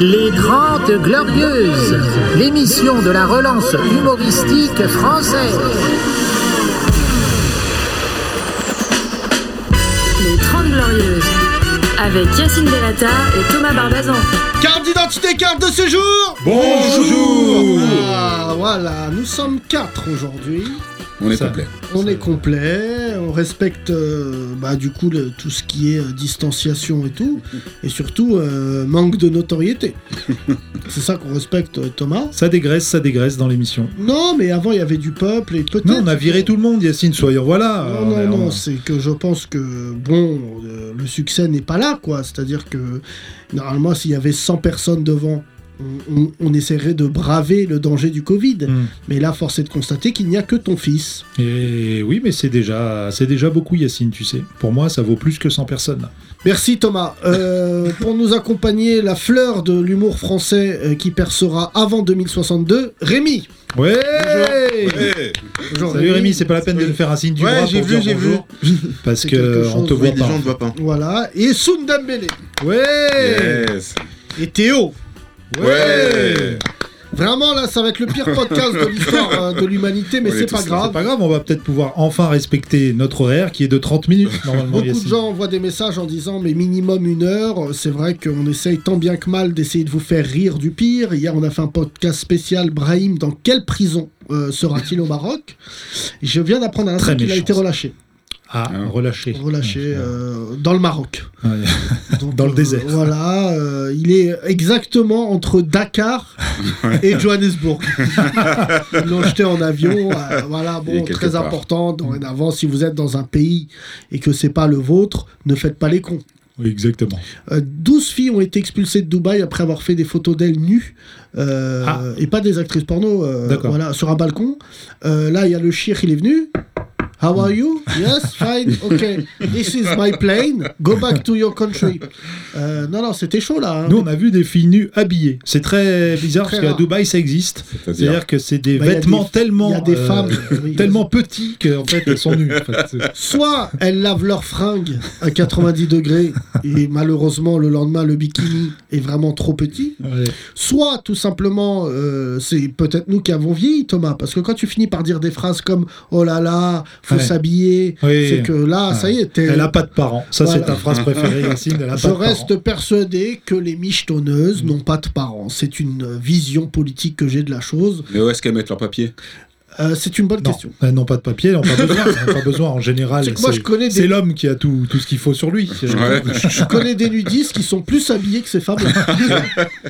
Les Grandes Glorieuses, l'émission de la relance humoristique française. Les 30 Glorieuses, avec Yacine Delata et Thomas Barbazan. Carte d'identité, carte de séjour Bonjour Ah, Voilà, nous sommes quatre aujourd'hui. On est Ça. complet. On est complet, on respecte euh, bah, du coup le- tout ce qui est euh, distanciation et tout, et surtout euh, manque de notoriété. C'est ça qu'on respecte, euh, Thomas. Ça dégraisse, ça dégraisse dans l'émission. Non, mais avant il y avait du peuple et peut-être. Non, on a viré tout le monde, Yacine, soyons voilà. Non, On non, est- non, on- c'est que je pense que, bon, euh, le succès n'est pas là, quoi. C'est-à-dire que, normalement, s'il y avait 100 personnes devant, on, on- on essaierait de braver le danger du Covid. Hmm. Mais là, force est de constater qu'il n'y a que ton fils. Et oui, mais c'est déjà, c'est déjà beaucoup, Yacine, tu sais. Pour moi, ça vaut plus que 100 personnes. Merci Thomas. Euh, pour nous accompagner, la fleur de l'humour français euh, qui percera avant 2062, Rémi. Ouais Ouais. Bonjour, Salut Rémi, c'est pas la peine de me faire un signe du Ouais, bras j'ai pour vu, dire j'ai vu. bonjour. Parce C'est quelque que on chose, te oui, voit des pas. gens ne voient pas. Voilà. Et Sundambele. Ouais Yes. Et Théo. Ouais. Vraiment, là, ça va être le pire podcast de l'histoire euh, de l'humanité, mais On est c'est tous pas là, C'est grave. pas grave, on va peut-être pouvoir enfin respecter notre horaire qui est de 30 minutes normalement. Beaucoup de Yacine. gens envoient des messages en disant mais minimum une heure. euh, C'est vrai qu'on essaye tant bien que mal d'essayer de vous faire rire du pire. Hier, on a fait un podcast spécial. Brahim, dans quelle prison euh, sera-t-il au Maroc Je viens d'apprendre à l'instant Très qu'il a méchant, été ça. relâché. Ah, Hein. relâché. Relâché euh, dans le Maroc. Ouais. Donc, Dans le euh, désert. Voilà, euh, il est exactement entre Dakar et Johannesburg. Ils l'ont jeté en avion. euh, voilà, Il est bon, quelque très part. important. Dorénavant, si vous êtes dans un pays et que c'est pas le vôtre, ne faites pas les cons. Oui, exactement. Euh, 12 filles ont été expulsées de Dubaï après avoir fait des photos d'elles nues. euh, Ah. Et pas des actrices porno, euh, D'accord. voilà, sur un balcon. Euh, là, il y a le shir, il est venu. How are you? Mm. Yes, fine, ok. This is my plane. Go back to your country. Euh, non, non, c'était chaud là. hein. Nous, on a vu des filles nues habillées. C'est très bizarre Très parce qu'à rare. Dubaï, ça existe. C'est-à-dire C'est-à-dire que c'est des Bah, il y a vêtements des- tellement. il y a des euh, femmes, oui. tellement petits qu'en fait, elles sont nues. en fait. Soit elles lavent leurs fringues à 90 degrés et malheureusement le lendemain le bikini est vraiment trop petit. Ouais. Soit tout simplement, euh, c'est peut-être nous qui avons vieilli, Thomas, parce que quand tu finis par dire des phrases comme Oh là là, faut Ouais. s'habiller, Oui. c'est que là, ça y est, t'es- Elle a pas de parents. Ça, Voilà. c'est ta phrase préférée, Yacine. Elle a je pas de reste parents. Mm. persuadé que les michetonneuses n'ont pas de parents. C'est une euh, vision politique que j'ai de la chose. Mais où est-ce qu'elles mettent leur papier Euh, c'est une bonne Non, question. elles n'ont pas de papier, elles n'ont pas besoin. Elles n'ont pas besoin en général. C'est que moi, je connais des- c'est l'homme qui a tout, tout ce qu'il faut sur lui. Ouais. Je connais des nudistes qui sont plus habillés que ces femmes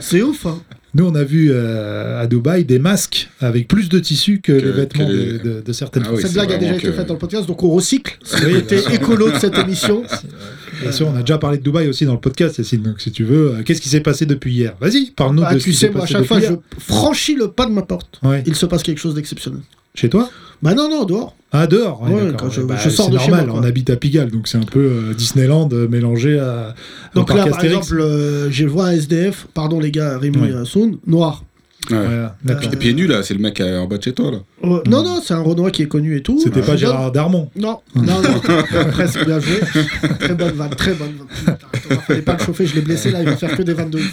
c'est ouf, hein. Nous, on a vu euh, à Dubaï des masques avec plus de tissu que, les vêtements que de- les- de, de certaines Ah oui, Cette c'est blague a déjà vraiment été que- faite dans le podcast, donc on recycle. C'est Oui, le côté bien sûr. écolo de cette émission. Bien sûr, on a déjà parlé de Dubaï aussi dans le podcast, Yacine. Donc, si tu veux, euh, qu'est-ce qui s'est passé depuis hier Vas-y, parle-nous Ah, de ce tu qui s'est sais, moi, à passé chaque depuis fois, je hier. franchis le pas de ma porte. Ouais. Il se passe quelque chose d'exceptionnel. Chez toi Bah non, non, dehors. Ah, dehors ouais, Ouais, d'accord. quand je- Ouais, Bah, je sors c'est de chez normal, moi, quoi. on habite à Pigalle, donc c'est un peu euh, Disneyland euh, mélangé à, au Donc parc là, par Astérix. exemple, euh, je vois un SDF, pardon les gars, Rémi Ouais. euh, Soun, noir. Ouais. Ouais, Ah, d'accord. T'es pieds nus là, c'est le mec euh, en bas de chez toi là. Euh, Non, non, c'est un Renoir qui est connu et tout. C'était Euh, pas je donne- Gérard Darmon. Non, non, non, presque bien joué. Très bonne vanne, très bonne vanne. Putain, Thomas, fallait pas le chauffer, je l'ai blessé là, il va faire que des vannes de ouf.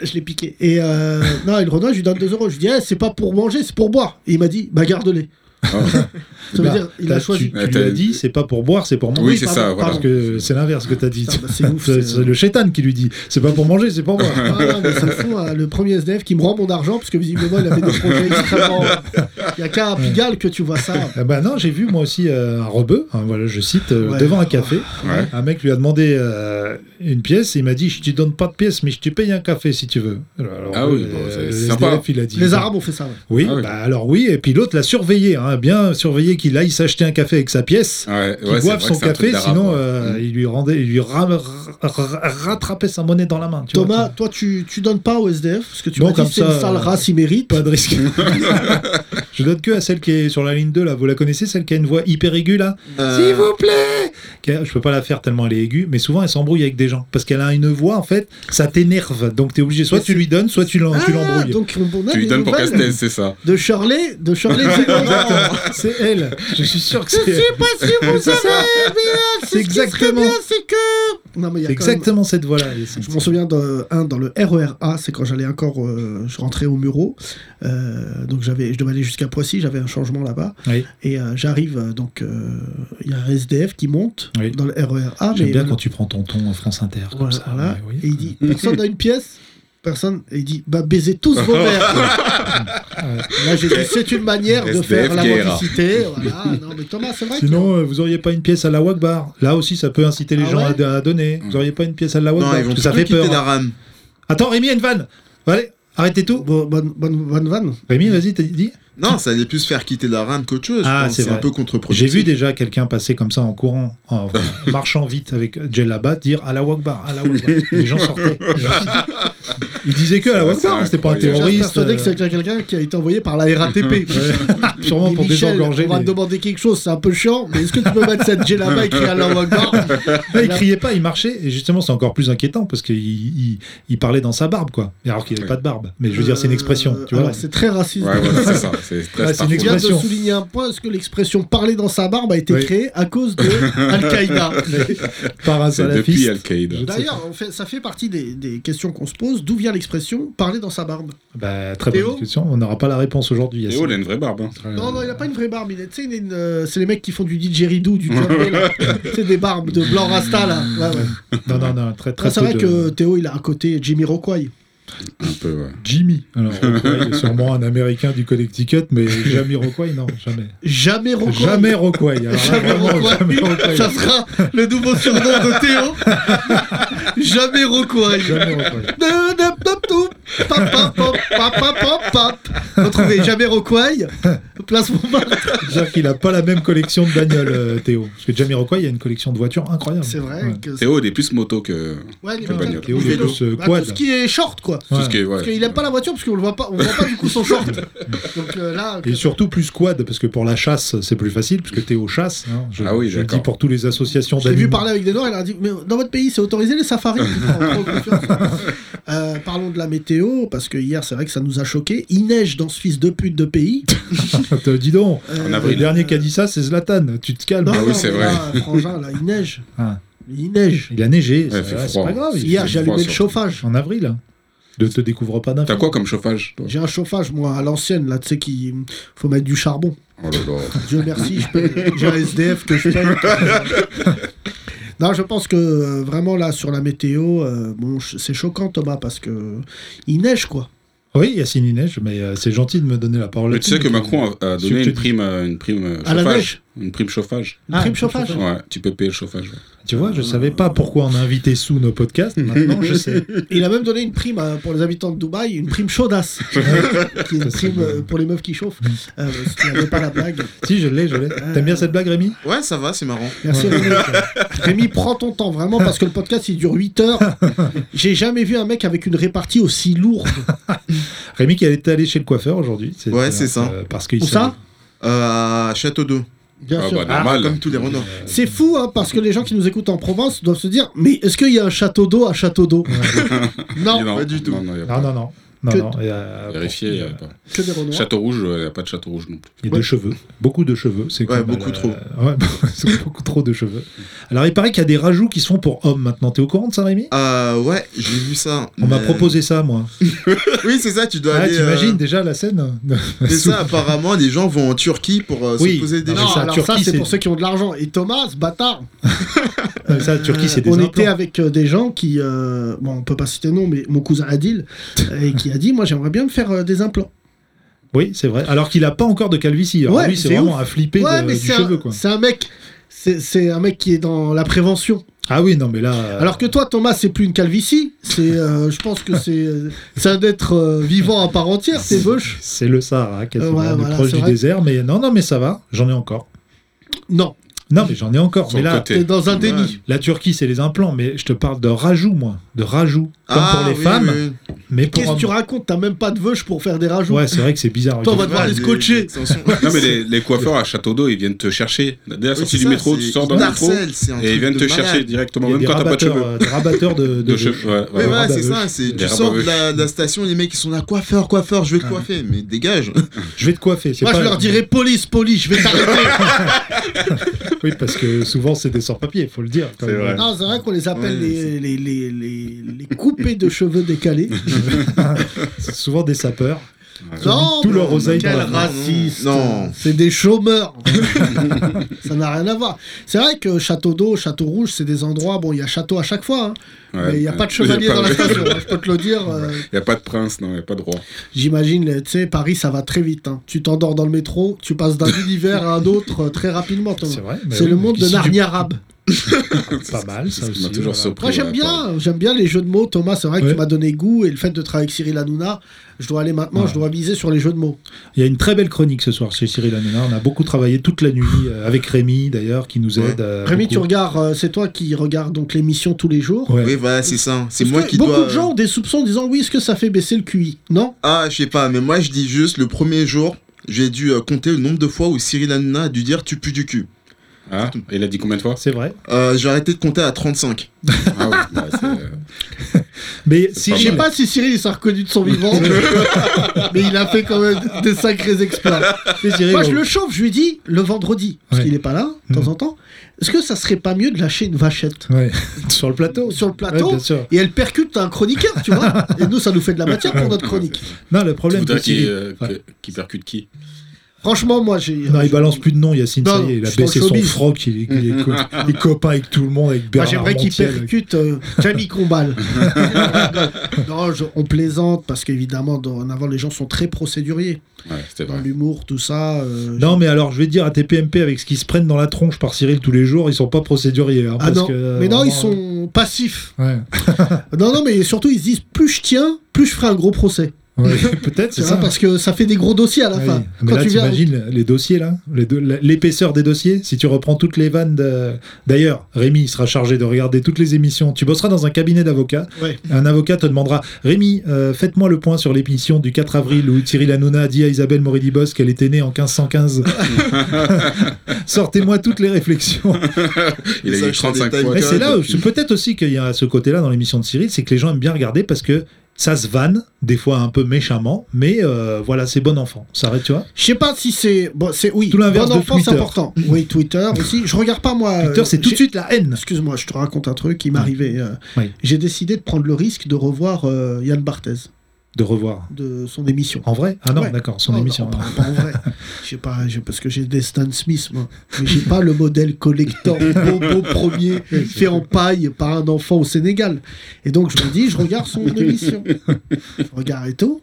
Je l'ai piqué. Et euh, non, et le Renoir, je lui donne 2 euros. Je lui dis, Eh, c'est pas pour manger, c'est pour boire. Et il m'a dit, bah garde-les. Ah. Ça veut Bah, dire, il t'as- a choisi. Tu, tu T'as- lui as dit, c'est pas pour boire, c'est pour manger. Oui, c'est pardon, ça, voilà. pardon. Parce que c'est l'inverse que t'as dit. Putain, bah, c'est ouf, C'est- c'est- c'est le chétan qui lui dit, c'est pas pour manger, c'est pour boire. Ah, non, mais c'est fou, hein, le premier SDF qui me rend mon argent, parce que visiblement il avait des projets extrêmement. Il n'y a qu'à Pigalle que tu vois ça. Ah bah non, j'ai vu moi aussi euh, un rebeu, hein, voilà, je cite, euh, Ouais. devant un café. Ouais. Un mec lui a demandé euh, une pièce et il m'a dit Je te donne pas de pièce, mais je te paye un café si tu veux. Alors, Ah oui, bon, c'est le sympa. SDF, il a dit, Les Arabes ont fait ça. ouais. Oui, Ah oui. bah alors oui, et puis l'autre l'a surveillé, hein, bien surveillé qu'il aille s'acheter un café avec sa pièce. Ouais, Qu'il ouais, c'est boive vrai que son c'est un café, truc d'arabe, sinon ouais. Mm. euh, il lui rendait, il lui ra- ra- ra- rattrapait sa monnaie dans la main. tu vois, Thomas, toi tu, tu donnes pas au SDF, parce que tu Non, m'as dit comme que c'est une ça, sale euh, race, il mérite. Pas de risque. je donne que à celle qui est sur la ligne 2, là. Vous la connaissez, celle qui a une voix hyper aiguë, là S'il vous plaît Qui a- Je peux pas la faire tellement elle est aiguë, mais souvent elle s'embrouille avec des gens. Parce qu'elle a une voix, en fait, ça t'énerve. Donc t'es obligé, soit Mais tu c'est- lui donnes, soit tu l'en- tu Ah, l'embrouilles. donc on, on a Tu lui des donnes pour nouvelles Castaise, c'est ça. De Shirley, de Shirley Gilles. Non, c'est elle. Je suis sûr que c'est sais pas si vous C'est ça. savez, mais euh, c'est ce qui serait Exactement. bien, c'est que. Non, mais il y a c'est quand même- exactement cette voix-là. Je m'en souviens d'un un dans le RER A, c'est quand j'allais encore, euh, je rentrais au Muro, euh, donc j'avais, je devais aller jusqu'à Poissy, j'avais un changement là-bas, Oui. et euh, j'arrive euh, donc euh, il y a un SDF qui monte Oui. dans le RER A, J'aime mais bien euh, quand tu prends ton ton en France Inter. Comme voilà, ça, voilà. mais oui. et il dit personne n'a une pièce, personne, et il dit bah baisez tous vos verres. Là j'ai dit c'est une manière de SDF faire la guerre. mendicité, voilà. Non mais Thomas c'est vrai. que- Sinon, euh, vous auriez pas une pièce à la Wagbar. Là aussi, ça peut inciter les Ah gens à- ouais à, donner. Vous auriez pas une pièce à la Mm. Non, Wagbar ils vont parce que plus ça fait quitter peur. hein. la rame. Attends, Rémi a une vanne. Allez, arrêtez tout. Bon, bonne bonne bonne vanne. Rémi, vas-y, t'as dit. Non, ça allait plus faire quitter la rame qu'autre chose. je Ah, pense. c'est c'est un vrai. peu J'ai contre-productif. vu déjà quelqu'un passer comme ça en courant, en marchant vite avec Jellaba, dire à la Wagbar, à la Wagbar. Les gens sortaient. Ils disaient que à la Ouais, Wagbar, c'est c'était pas un Je incroyable. suis terroriste. persuadé que c'est quelqu'un qui a été envoyé par la RATP. euh, Sûrement Mais pour Michel, désengorger. On va les- te demander quelque chose, c'est un peu chiant, mais est-ce que tu peux mettre cette gel là-bas et crier à la Wagner Là, il criait pas, il marchait. Et justement, c'est encore plus inquiétant parce qu'il il, il parlait dans sa barbe, quoi. Alors qu'il avait pas de barbe. Mais je veux dire, c'est une expression. Tu Euh, vois. alors, C'est très raciste. Ouais, voilà, c'est ça. C'est Ouais, très c'est une Je viens de Expression. souligner un point, est-ce que l'expression parler dans sa barbe a été Oui. créée à cause de Al-Qaïda Par un C'est depuis salafiste. Al-Qaïda. D'ailleurs, on fait- ça fait partie des, des questions qu'on se pose. D'où vient l'expression parler dans sa barbe Bah, très Théo bonne discussion. On n'aura pas la réponse aujourd'hui. Yacine. Léo, il a une vraie barbe. hein. Non, non, il a pas une vraie barbe. Il est- tu sais, il est une, euh, c'est les mecs qui font du didgeridoo, du djembé, là. C'est des barbes de blanc rasta, là. Ouais, ouais. non, non, non, très, très Ah, c'est peu vrai de- que Théo, il a un côté Jimmy Rockway. Un peu, ouais. Jimmy. Alors, Rockwell, sûrement un américain du Connecticut, mais jamais Rockway, non, jamais. Jamais Rockway. Jamais Rockway. alors là, Jamais vraiment, Rockway. jamais Rockway. Ça sera le nouveau surnom de Théo. Jamais Rockway. Jamais Rockway. Da, da, pop, tout. Pap, pap, pop, pap, pap, pop, pap. Retrouvez Jamais Rockway. Place Montmartre. C'est-à-dire qu'il a pas la même collection de bagnoles, euh, Théo. Parce que Jamie Rockway, il a une collection de voitures incroyable. C'est vrai Ouais. que c'est. Théo, il est plus moto que. Ouais, Quelle bagnole. Théo, il est plus, euh, Bah, quad. tout ce qui est short, quoi. Tout Ouais. ce qui est, ouais. Parce qu'il aime pas la voiture, parce qu'on le voit pas, on voit pas du coup son short. Donc euh, là, Et surtout plus quad, parce que pour la chasse, c'est plus facile, puisque Théo chasse. hein. Je, Ah oui, je le d'accord. dis pour toutes les associations Bah, J'ai vu d'animaux. parler avec des Noirs, elle a dit Mais dans votre pays, c'est autorisé les safaris Il prend trop confiance. Euh, Parlons de la météo, parce que hier, c'est vrai que ça nous a choqué. Il neige dans ce fils de pute de pays. Euh, Dis donc, Euh, En le avril. dernier qui a dit ça, c'est Zlatan. Tu te calmes. Non, Ah oui, non, c'est mais vrai. Là, frangin, là, il neige. Ah. Il neige. Il a neigé. Ouais, ça- Ah, fait c'est froid. pas grave. Il Hier, fait j'ai froid, allumé le surtout. chauffage. En avril. Ne te découvre pas T'as d'avril. quoi comme chauffage, toi J'ai un chauffage, moi, à l'ancienne, là, tu sais, qu'il faut mettre du charbon. Oh là là. Dieu merci, je paye- j'ai un SDF que je paye. Non, je pense que euh, vraiment là sur la météo, euh, bon, ch- c'est choquant Thomas parce que il neige quoi. Oui, Yacine il neige, mais euh, c'est gentil de me donner la parole. Mais tu sais que là-dessus. Macron a- a Sur donné le une chat. prime, euh, une prime euh, À la chauffage. Une prime chauffage. Ah, Le prime chauffage. Ouais, tu peux payer le chauffage. ouais. Tu vois, je savais pas pourquoi on a invité sous nos podcasts. Maintenant, je sais. Il a même donné une prime euh, pour les habitants de Dubaï, une prime chaudasse, qui est une Ça, c'est prime euh, pour les meufs qui chauffent. Euh, parce qu'il avait pas la blague. Si, je l'ai, je l'ai. Ah. T'aimes bien cette blague, Rémi Ouais, ça va, c'est marrant. Merci Rémi. Rémi, prends ton temps vraiment parce que le podcast il dure 8 heures. J'ai jamais vu un mec avec une répartie aussi lourde. Rémi qui est allé chez le coiffeur aujourd'hui. Ouais, c'est ça. euh, parce qu'il Où ça Euh, à Château d'eau. Bien Ah sûr. bah normal. Comme tous les renards. C'est fou, hein, parce que les gens qui nous écoutent en Provence doivent se dire Mais est-ce qu'il y a un château d'eau à Château d'eau Non, Non, pas du tout. Non, non, y Non, a pas. non, non. Non, Que- non. et, euh, Vérifier, bon, y euh, a pas. que des Renoirs. Château Rouge, il n'y a pas de Château Rouge non plus. Il y a de cheveux, beaucoup de cheveux. C'est Ouais, comme, beaucoup euh, trop. ouais, c'est beaucoup trop de cheveux. Alors, il paraît qu'il y a des rajouts qui se font pour hommes maintenant. T'es au courant de ça, Rémi Euh, ouais, j'ai vu ça. On m'a mais- proposé ça, moi. Oui, c'est ça, Euh, tu dois Ah, aller. euh, t'imagines déjà la scène C'est ça, apparemment, les gens vont en Turquie pour euh, Oui. se poser des Non, Non, mais ça, alors Turquie, ça, c'est c'est- pour ceux qui ont de l'argent. Et Thomas, ce bâtard, Non, mais Ça, la Turquie, c'est des on était implants. avec euh, des gens qui, euh, bon, on peut pas citer nom, mais mon cousin Adil, euh, et qui a dit, moi, j'aimerais bien me faire euh, des implants. Oui, c'est vrai. Alors qu'il a pas encore de calvitie. Alors Ouais, lui, c'est c'est vraiment à flipper ouais, de- mais euh, du c'est cheveu, un, quoi. c'est un mec, c'est- c'est un mec qui est dans la prévention. Ah oui, non, mais là. euh, Alors que toi, Thomas, c'est plus une calvitie. C'est, euh, je pense que c'est, euh, c'est un être euh, vivant à part entière. C'est moche. C'est le Sahara, quasiment. Ouais, on est voilà, proche c'est du vrai. désert, mais non, non, mais ça va. J'en ai encore. Non. Non, mais j'en ai encore. Sur Mais le là, côté. T'es dans un déni. la Turquie, c'est les implants, mais je te parle de rajout, moi. De rajout. Comme Ah, pour les oui, femmes, oui, oui. mais pour Qu'est-ce que tu hommes. racontes T'as même pas de veuche pour faire des rajouts. Ouais, c'est vrai que c'est bizarre. Toi, on va Ouais, devoir les les- les scotcher. extensions. Non, mais les, les coiffeurs à Château d'Eau, ils viennent te chercher. Dès la Ouais, sortie c'est du ça, métro, tu c'est- sors ils d'un métro harcèlent, c'est et un ils truc viennent de te malade. chercher directement, Il y a même des quand t'as pas de rabatteurs, cheveux. euh, des rabatteurs de, de, De cheveux, ouais, Ouais, ouais. voilà, c'est rababouche. ça. c'est- Les Tu sors de la, rababouches. de la station, les mecs, ils sont là, coiffeur, coiffeur, je vais Ah. te coiffer. Mais dégage. Je vais te coiffer. c'est Moi, pas- je leur dirais police, police, je vais t'arrêter. Oui, parce que souvent, c'est des sans-papiers, il faut le dire. quand C'est même. vrai. non, c'est vrai qu'on les appelle Ouais, les, les, les, les, les coupés de cheveux décalés. C'est souvent des sapeurs. non, tout mais leur oseille Quel dans la main. raciste. Non. C'est des chômeurs. ça n'a rien à voir. C'est vrai que Château d'Eau, Château Rouge, c'est des endroits. Bon, il y a château à chaque fois. hein, Ouais. mais il n'y a pas de Il chevalier y a pas dans la de- station. hein, je peux te le dire. euh, Il n'y a pas de prince, non, il n'y a pas de roi. J'imagine, les- tu sais, Paris, ça va très vite. hein. Tu t'endors dans le métro, tu passes d'un univers à un autre euh, très rapidement. Thomas. C'est vrai, mais C'est oui, le mais monde de ici, Narnia du- arabe. Pas mal, ça C'est ce qui aussi. m'a toujours voilà. surpris. Moi, j'aime ouais, bien, j'aime bien les jeux de mots, Thomas. C'est vrai que Ouais. tu m'as donné goût et le fait de travailler avec Cyril Hanouna, je dois aller maintenant, Ouais. je dois miser sur les jeux de mots. Il y a une très belle chronique ce soir chez Cyril Hanouna. On a beaucoup travaillé toute la nuit euh, avec Rémi, d'ailleurs, qui nous Ouais. aide. euh, Rémi, beaucoup. tu regardes, euh, c'est toi qui regarde donc l'émission tous les jours. Ouais. Oui, voilà, c'est ça. C'est Parce moi que qui beaucoup dois. de gens ont des soupçons en disant oui, est-ce que ça fait baisser le QI Non Ah, je sais pas, mais moi, je dis juste, le premier jour, j'ai dû euh, compter le nombre de fois où Cyril Hanouna a dû dire tu pues du cul. Ah, il a dit combien de fois C'est vrai. Euh, j'ai arrêté de compter à 35. Ah ouais, bah, c'est, euh, Mais pas Je sais Cyril, pas si Cyril il s'est reconnu de son vivant, mais il a fait quand même des sacrés exploits. mais Cyril, Moi, je on- le chauffe, je lui dis le vendredi, parce Ouais. Mhm. qu'il est pas là, de temps en temps. Est-ce que ça serait pas mieux de lâcher une vachette Ouais. sur le plateau. sur le Ouais, plateau bien sûr. et elle percute un chroniqueur, tu vois Et nous, ça nous fait de la matière pour notre chronique. Non, le Tu problème de voudrais qu'il Cyril. euh, Ouais. que- qu'il percute qui Franchement, moi, j'ai. Non, il balance plus de nom, Yacine, Non, ça y est, il a je suis baissé dans le son showbiz. froc, il est, il est co- il est copain avec tout le monde, avec Moi, Bernard j'aimerais qu'il Montiel, avec- percute euh, Jamie Combal. non, je- on plaisante parce qu'évidemment, dans- en avant, les gens sont très procéduriers. Ouais, c'était Dans vrai. l'humour, tout ça. euh, Non, mais alors, je vais dire à TPMP, avec ce qu'ils se prennent dans la tronche par Cyril tous les jours, ils sont pas procéduriers. hein, Ah parce non, que, euh, mais non, ils vraiment, sont passifs. Ouais. Non, non, mais surtout, ils se disent plus je tiens, plus je ferai un gros procès. Ouais, peut-être, Tu c'est vois, ça. Parce que ça fait des gros dossiers à la Ah fin. oui. Mais là, t'imagines les dossiers, là les deux- la- L'épaisseur des dossiers Si tu reprends toutes les vannes de- D'ailleurs, Rémi il sera chargé de regarder toutes les émissions. Tu bosseras dans un cabinet d'avocats. Ouais. Un avocat te demandera Rémi, euh, faites-moi le point sur l'émission du 4 avril où Cyril Hanouna a dit à Isabelle Moridibos qu'elle était née en 1515. Sortez-moi toutes les réflexions. Il Mais ça, a eu je serais 35 des fois. Et tailles c'est là, où- depuis- c'est peut-être aussi qu'il y a ce côté-là dans l'émission de Cyril, c'est que les gens aiment bien regarder parce que ça se vanne, des fois un peu méchamment, mais euh, voilà, c'est bon enfant. Ça arrête, tu vois Je sais pas si c'est. Bon, c'est oui. Tout l'inverse Bon de enfant, c'est Twitter. important. Oui, Twitter aussi. Je regarde pas moi. Twitter, euh, c'est tout de j'ai- suite la haine. Excuse-moi, je te raconte un truc qui m'est arrivé. euh, Oui. J'ai décidé de prendre le risque de revoir euh, Yann Barthès De revoir. de son émission. En vrai Ah non, Ouais. d'accord, son Oh, Non, émission. hein, non, pas, pas en vrai. Je sais pas, je- parce que j'ai des Stan Smith, moi. Mais j'ai pas le modèle collector bobo premier fait en paille par un enfant au Sénégal. Et donc, je me dis, je regarde son émission. Je regarde et tout.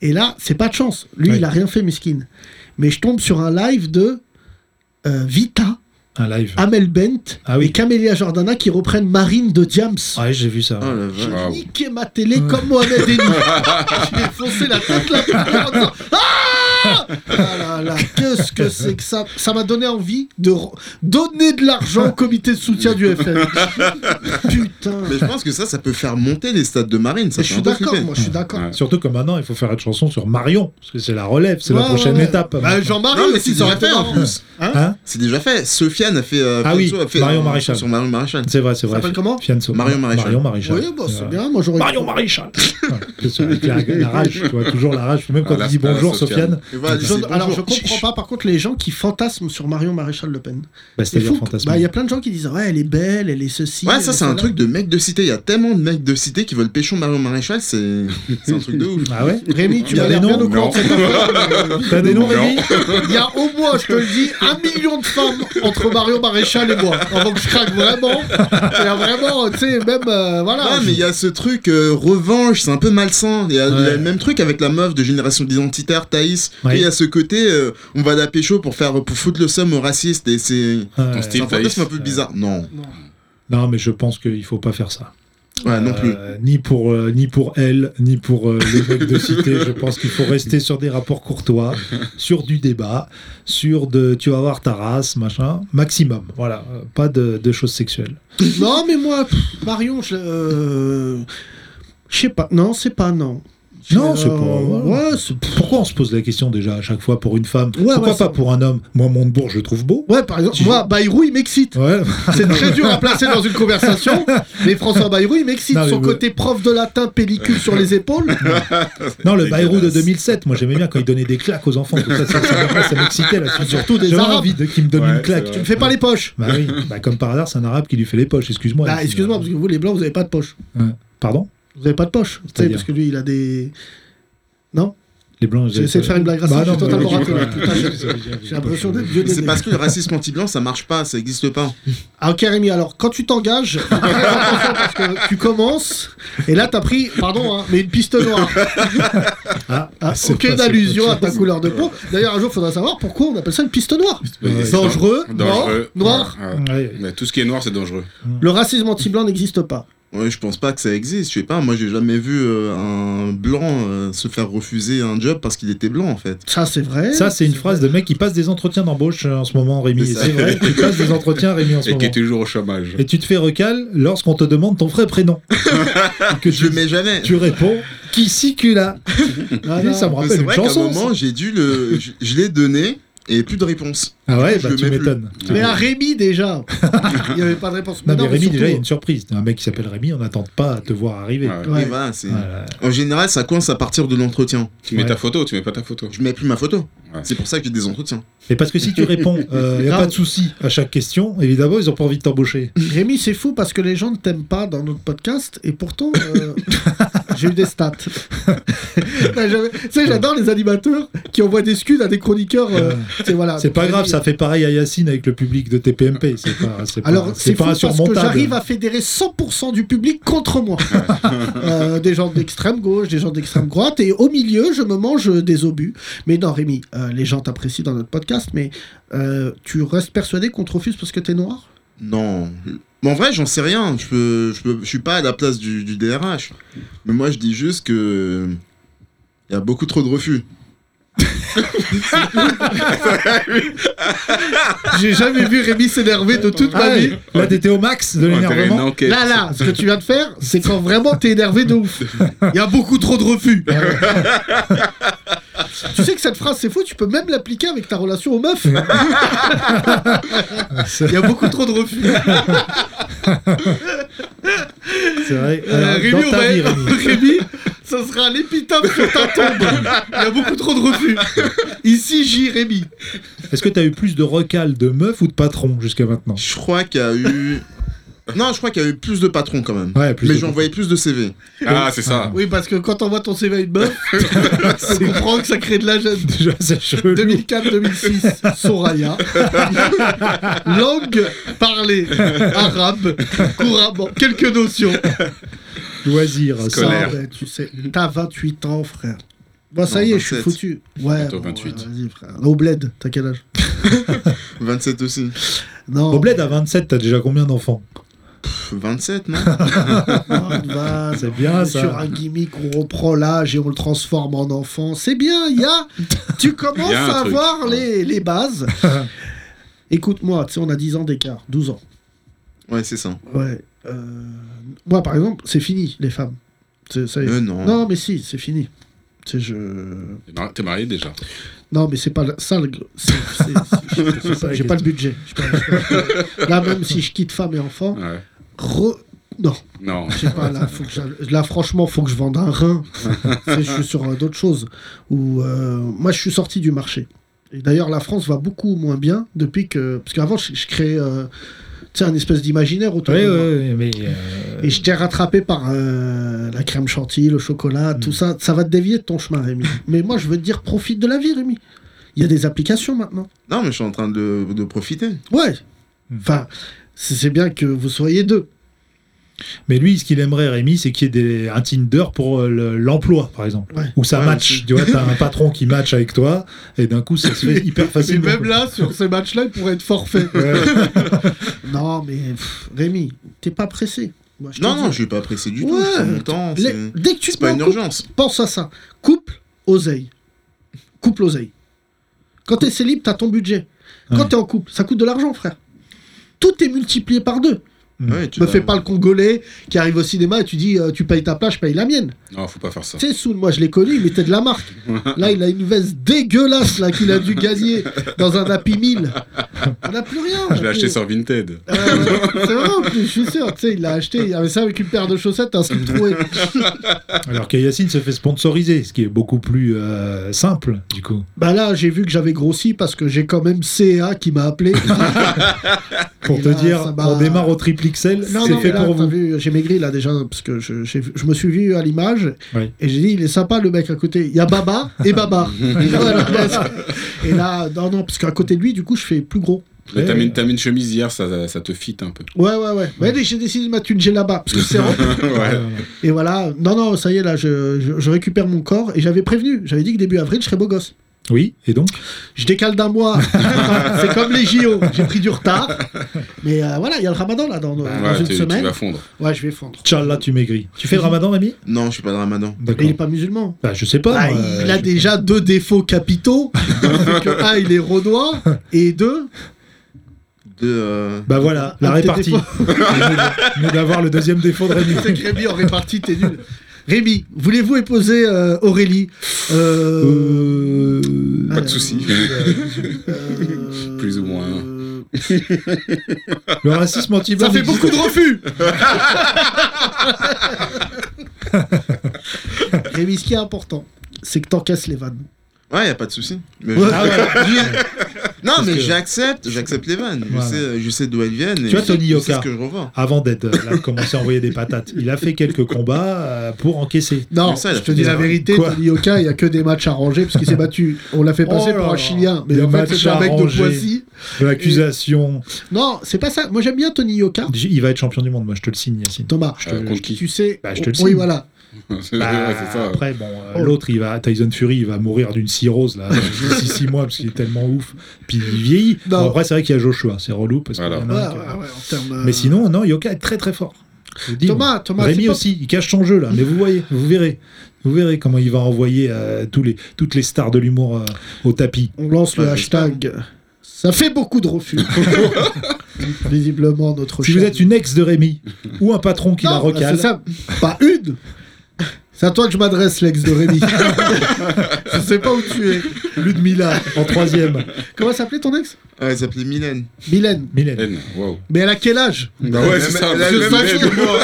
Et là, c'est pas de chance. Lui, Ouais. il a rien fait, Miskin. Mais je tombe sur un live de euh, Vita, Un live. Amel Bent Ah oui. et Camélia Jordana qui reprennent Marine de Diams. Ouais, j'ai vu ça. Oh Ah la Waouh. vache. Niquer ma télé comme Mohamed Eni. Je lui ai foncé la tête là. en disant, Ah Ah là là, qu'est-ce que c'est que ça Ça m'a donné envie de re- donner de l'argent au comité de soutien du FM. Putain. Mais je pense que ça, ça peut faire monter les stades de marine. Ça je fait suis un peu d'accord, flipper. moi, je suis d'accord. Ouais. Surtout que maintenant, il faut faire une chanson sur Marion, parce que c'est la relève, c'est la Ouais, prochaine ouais, ouais. étape. Bah, Jean-Marie Non, mais aussi, c'est ça aurait fait déjà fait en marrant. plus. Hein C'est déjà fait. Sofiane a fait. euh, Ah Fianso oui, a fait Marion un- Maréchal. Sur Marion Maréchal. c'est vrai, c'est Ça vrai. s'appelle comment Fianso. Marion Maréchal. Marion Maréchal. Oui, bah, c'est Euh, bien. Moi, j'aurais. Marion Maréchal Ouais, c'est ça, Avec la, la rage, tu vois, toujours la rage. Même quand Ah, la- tu dis ah, la bonjour, Sofiane, Sofiane. Et voilà, Je- c'est bonjour. alors, je comprends pas, par contre, les gens qui fantasment sur Marion Maréchal Le Pen. bah, C'est c'est-à-dire fou. fantasme. Bah, Il y a plein de gens qui disent Ouais, elle est belle, elle est ceci. Ouais, elle ça, est c'est un cela. truc de mec de cité. Il y a tellement de mecs de cité qui veulent pécho Marion Maréchal. C'est c'est un truc de ouf. Ah ouais Rémi, tu Il y a m'as des l'air bien noms au courant Non. de cette affaire, mais- T'as des noms, Rémi Il y a au moins, je te le dis, un million de femmes entre Mario Maréchal et moi. Avant que je craque vraiment. Il y a vraiment, tu sais, même. euh, voilà. Ouais, mais il y a ce truc euh, revanche, c'est un peu malsain. Il y a il y a Ouais. le même truc avec la meuf de génération d'identitaire, Thaïs. Tu Ouais. sais, Il y a ce côté, euh, on va la pécho pour faire pour foutre le somme aux racistes. Et c'est Ouais. Ton c'est style, un fantasme Thaïs. un peu bizarre. Non. Non, mais je pense qu'il faut pas faire ça. Ouais, Ah, non plus. Euh, ni pour euh, ni pour elle, ni pour euh, les mecs de cité. Je pense qu'il faut rester sur des rapports courtois, sur du débat, sur de tu vas voir ta race, machin, maximum. Voilà, Euh, pas de, de choses sexuelles. Non, mais moi, pff, Marion, je. euh, je sais pas. Non, c'est pas non. Non, c'est Euh, pas. Ouais, c'est- Pourquoi on se pose la question déjà à chaque fois pour une femme Ouais, Pourquoi ouais, pas ça- pour un homme Moi, Montebourg, je le trouve beau. ouais, par exemple, moi, Bayrou, il m'excite. Ouais. C'est très dur à placer dans une conversation, mais François Bayrou, il m'excite. Non, mais Son vous- côté prof de latin, pellicule sur les épaules. Non, le Bayrou de dégueulasse. 2007, moi j'aimais bien quand il donnait des claques aux enfants. Tout ça, ça, ça, ça m'excitait là. Surtout des J'avais Arabes. envie de qu'il me donne Ouais, une claque. c'est Tu me fais pas les poches. Bah oui, bah, comme par hasard, c'est un arabe qui lui fait les poches, excuse-moi. Bah, excuse-moi, parce que vous, les blancs, vous avez pas de poche. Ouais. Pardon Vous avez pas de poche. Tu sais, C'est-à-dire parce que lui, il a des. Non Les blancs. ils- J'essaie de faire une blague Bah raciste, non, j'ai totalement mais- raté. J'ai l'impression d'être vieux. C'est néné. parce que le racisme anti-blanc, ça marche pas, ça existe pas. Ah, ok, Rémi, alors quand tu t'engages, fais très attention parce que tu commences, et là t'as pris, pardon, hein, mais une piste noire. Ah, Ah, c'est pas- aucune c'est pas- allusion à ta couleur de peau. D'ailleurs, un jour, faudra savoir pourquoi on appelle ça une piste noire. Ouais. Dangereux, Dangereux. noir, noir. Ouais, ouais. Ouais. Mais tout ce qui est noir, c'est dangereux. Le racisme anti-blanc n'existe pas. Ouais, je pense pas que ça existe. Je sais pas, moi j'ai jamais vu euh, un blanc euh, se faire refuser un job parce qu'il était blanc en fait. Ça, c'est vrai. Ça, c'est une phrase de mec qui passe des entretiens d'embauche euh, en ce moment, Rémi. C'est Et ça. C'est vrai, tu passes des entretiens, Rémi, en ce Et qui moment. est toujours au chômage. Et tu te fais recal lorsqu'on te demande ton vrai prénom. Et que Je tu, le mets jamais. tu réponds qui sicula. Ah, Dis, non. ça me Mais C'est rappelle une vrai qu'à un chanson. moment, ça. j'ai dû le. Je, je l'ai donné et plus de réponse. Ah ouais, je bah le tu mets plus. m'étonnes. Mais à Rémi, déjà, il n'y avait pas de réponse. Non, mais Rémi, surtout- déjà, il y a une surprise. Un mec qui s'appelle Rémi, on n'attend pas à te voir arriver. Ouais. Ouais. Et voilà, c'est- Voilà. En général, ça coince à partir de l'entretien. Tu mets Ouais. ta photo ou tu mets pas ta photo Je mets plus ma photo. Ouais. C'est pour ça que j'ai des entretiens. Et parce que si tu réponds, il n'y a Grave. pas de souci à chaque question, évidemment, ils n'ont pas envie de t'embaucher. Rémi, c'est fou parce que les gens ne t'aiment pas dans notre podcast et pourtant euh, j'ai eu des stats. Non, j'avais- tu sais, j'adore les animateurs qui envoient des scuds à des chroniqueurs. euh, tu sais, voilà. C'est pas Rémi- grave, ça fait pareil à Yacine avec le public de TPMP. C'est pas, c'est pas- Alors, c'est c'est fou pas parce que insurmontable. j'arrive à fédérer 100% du public contre moi. Euh, des gens d'extrême gauche, des gens d'extrême droite, et au milieu, je me mange des obus. Mais non, Rémi, euh, les gens t'apprécient dans notre podcast, mais euh, tu restes persuadé qu'on te refuse parce que t'es noir Non. Mais en vrai, j'en sais rien. Je, peux, je, peux- je suis pas à la place du, du DRH. Mais moi, je dis juste que. Il y a beaucoup trop de refus. J'ai jamais vu Rémi s'énerver de toute Ah ma vie. ouais, Là, t'étais au max de Ouais, t'as une l'énervement. enquête. Là, là, ce que tu viens de faire, c'est quand vraiment t'es énervé de ouf. Il y a beaucoup trop de refus. tu sais que cette phrase, c'est faux, tu peux même l'appliquer avec ta relation aux meufs. Il y a beaucoup trop de refus. C'est vrai. Euh, Alors, Rémi, dans on ta va- vie, Rémi. Rémi, ça sera l'épitaphe sur ta tombe. Il y a beaucoup trop de refus. Ici, J. Rémi. Est-ce que t'as eu plus de recals de meuf ou de patron jusqu'à maintenant Je crois qu'il y a eu. Non, je crois qu'il y a eu plus de patrons quand même. Ouais, plus mais de j'ai envoyé plus de CV. Ah, c'est ça. Oui, parce que quand on voit ton CV à une meuf, on comprend que ça crée de la gêne. Déjà, c'est chelou. 2004-2006, Soraya. Langue parlée, arabe, couramment, quelques notions. Loisir. ça. Scolaire. Ça, ouais, tu sais, t'as 28 ans, frère. Bon, ça y est, je suis 27. foutu. Ouais, Bientôt bon, 28. ouais, vas-y, frère. Au bled, t'as quel âge 27 aussi. Non. Au bled, à 27, t'as déjà combien d'enfants Pff, 27, non non, une vanne, C'est bien, on est ça. Sur un gimmick, on reprend l'âge et on le transforme en enfant. C'est bien, il y a. Tu commences Il y a un à truc. avoir les, les bases. Écoute-moi, tu sais, on a 10 ans d'écart, 12 ans. Ouais, c'est ça. Ouais. euh, Moi, par exemple, c'est fini, les femmes. C'est- ça y est. Euh, non. Non, mais si, c'est fini. C'est je. T'es mar- T'es marié déjà. Non, mais c'est pas le- ça le. gr- c'est- c'est- c'est- j'ai- C'est ça la J'ai pas le budget. J'ai pas- j'ai pas- Là, même si je quitte femme et enfant, Ouais. re- non, Non. je sais pas. Là, faut que j'aille- là, franchement, faut que je vende un rein. C'est- je suis sur euh, d'autres choses. Où, euh, moi, je suis sorti du marché. Et d'ailleurs, la France va beaucoup moins bien depuis que. Parce qu'avant, je, je créais. euh, tu sais, un espèce d'imaginaire autour Oui, de moi. oui, mais. euh, Et je t'ai rattrapé par euh, la crème chantilly, le chocolat, tout ça. Ça va te dévier de ton chemin, Rémi. Mais moi, je veux te dire, profite de la vie, Rémi. Il y a des applications maintenant. Non, mais je suis en train de, de profiter. Ouais. Mm. Enfin, c'est c'est bien que vous soyez deux. Mais lui, ce qu'il aimerait, Rémi, c'est qu'il y ait des, un Tinder pour euh, le- l'emploi, par exemple. Ouais. Où ça Ouais, match. aussi. Tu vois, t'as un patron qui match avec toi, et d'un coup, ça se fait hyper facilement. là, sur ces matchs-là, il pourrait être forfait. non, mais pff, Rémi, t'es pas pressé. Moi, je Non, te non, dis. je suis pas pressé du tout. Ouais. Je prends mon temps. Les- c'est- Dès que tu C'est pas prends une couple, urgence. pense à ça. Couple, oseille. Couple, oseille. Quand t'es célib, t'as ton budget. Quand Ouais. t'es en couple, ça coûte de l'argent, frère. Tout est multiplié par deux. Ouais, tu Me Bah, vas- fais pas le Congolais qui arrive au cinéma et tu dis euh, tu payes ta place, je paye la mienne. Non, faut pas faire ça. Tu sais, Soul, moi je l'ai connu, il était de la marque. Là, il a une veste dégueulasse là qu'il a dû gagner dans un Happy Meal. On n'a plus rien. Je l'ai acheté sur Vinted. Euh, c'est vrai, en plus, je suis sûr. Tu sais, il l'a acheté, il avait ça avec une paire de chaussettes, un slip troué. Alors que Yacine se fait sponsoriser, ce qui est beaucoup plus euh, simple, du coup. Bah là, j'ai vu que j'avais grossi parce que j'ai quand même CA qui m'a appelé. Pour Et te là, ça dire, m'a- on démarre au triple XL, Non, c'est non, fait mais là, pour t'as vous. vu, J'ai maigri là déjà parce que je, j'ai vu- je me suis vu à l'image Oui. et j'ai dit il est sympa le mec à côté. Il y a Baba et Baba. Voilà. et là, non, non, parce qu'à côté de lui, du coup, je fais plus gros. Mais T'as Ouais. mis, t'as mis une chemise hier, ça, ça te fit un peu. Ouais, ouais, ouais. Mais j'ai décidé de mettre une gel là-bas parce que c'est rond. ouais. Et voilà, non, non, ça y est, là, je, je- je récupère mon corps et j'avais prévenu. J'avais dit que début avril, je serais beau gosse. Oui, et donc Je décale d'un mois. c'est comme les JO. J'ai pris du retard. Mais euh, voilà, il y a le ramadan là Ah, dans, dans Ouais, une tu, tu semaine. vas fondre. Ouais, je vais fondre. Inch'Allah, tu maigris. Tu fais le ramadan, Rémi Non, je suis pas de ramadan. Mais il D'accord. est pas musulman. Bah, je sais pas. Ah, moi, euh, il a je- déjà deux défauts capitaux. C'est que, un, il est renois, et deux, De, euh, Bah voilà, la Un petit répartie. défaut. Nous d'avoir le deuxième défaut de Rémi. c'est que Rémi en répartie, t'es nul. Rémi, voulez-vous épouser euh, Aurélie Euh, Euh, Ah, Pas de souci. bah, euh, Plus ou moins. euh, Le racisme anti Ça fait beaucoup de refus Rémi, ce qui est important, c'est que t'en casses les vannes. Ouais, y a pas de souci. Mais Ouais. je- Ah ouais. Non, mais que- j'accepte, j'accepte les vannes. Voilà. Je sais, je sais d'où elles viennent. Tu et vois, je sais- Tony je sais Yoka. ce que je revends. Avant d'être euh, là, commencer à envoyer des patates, il a fait quelques combats euh, pour encaisser. Non, Mais ça, il a je te fait dis des la vannes. vérité, Quoi Tony Yoka, il y a que des matchs arrangés parce qu'il s'est battu. On l'a fait passer Oh là pour un là. Chilien, mais Des en fait, matchs c'était un mec de arrangés. Poissy. L'accusation. Non, c'est pas ça. Moi, j'aime bien Tony Yoka. Il va être champion du monde, moi je te le signe, Yacine. Thomas, Euh, contre qui tu sais. Bah, je te le oui, signe. voilà. C'est Bah, ouais, c'est ça. Après, bon, euh, Oh. l'autre, il va, Tyson Fury, il va mourir d'une cirrhose là d'ici six mois parce qu'il est tellement ouf. Puis il vieillit. Non. Bon, après, c'est vrai qu'il y a Joshua, c'est relou parce qu'il y en a Voilà. un Ouais, qui- ouais, ouais, en termes, euh, Ah, Mais sinon, non, Yoka est très très fort. Je vous dis, Thomas, moi. Thomas, Ah Rémi bah, c'est pas- aussi, il cache son jeu là, mais vous voyez, vous verrez. Vous verrez comment il va envoyer euh, tous les, toutes les stars de l'humour euh, au tapis. On lance le Bah, j'espère. hashtag. Ça fait beaucoup de refus. Visiblement, notre Si cher- vous êtes une ex de Rémi ou un patron qui la Non, bah, recale, C'est ça, pas une. C'est à toi que je m'adresse, l'ex de Rémi. je sais pas où tu es. Ludmilla. en troisième, Comment s'appelait ton ex Ouais, elle s'appelait Mylène. Mylène. Mylène. N, wow. Mais elle a quel âge Bah ouais, c'est ça. Elle a Je le Même même sais âge N. que moi.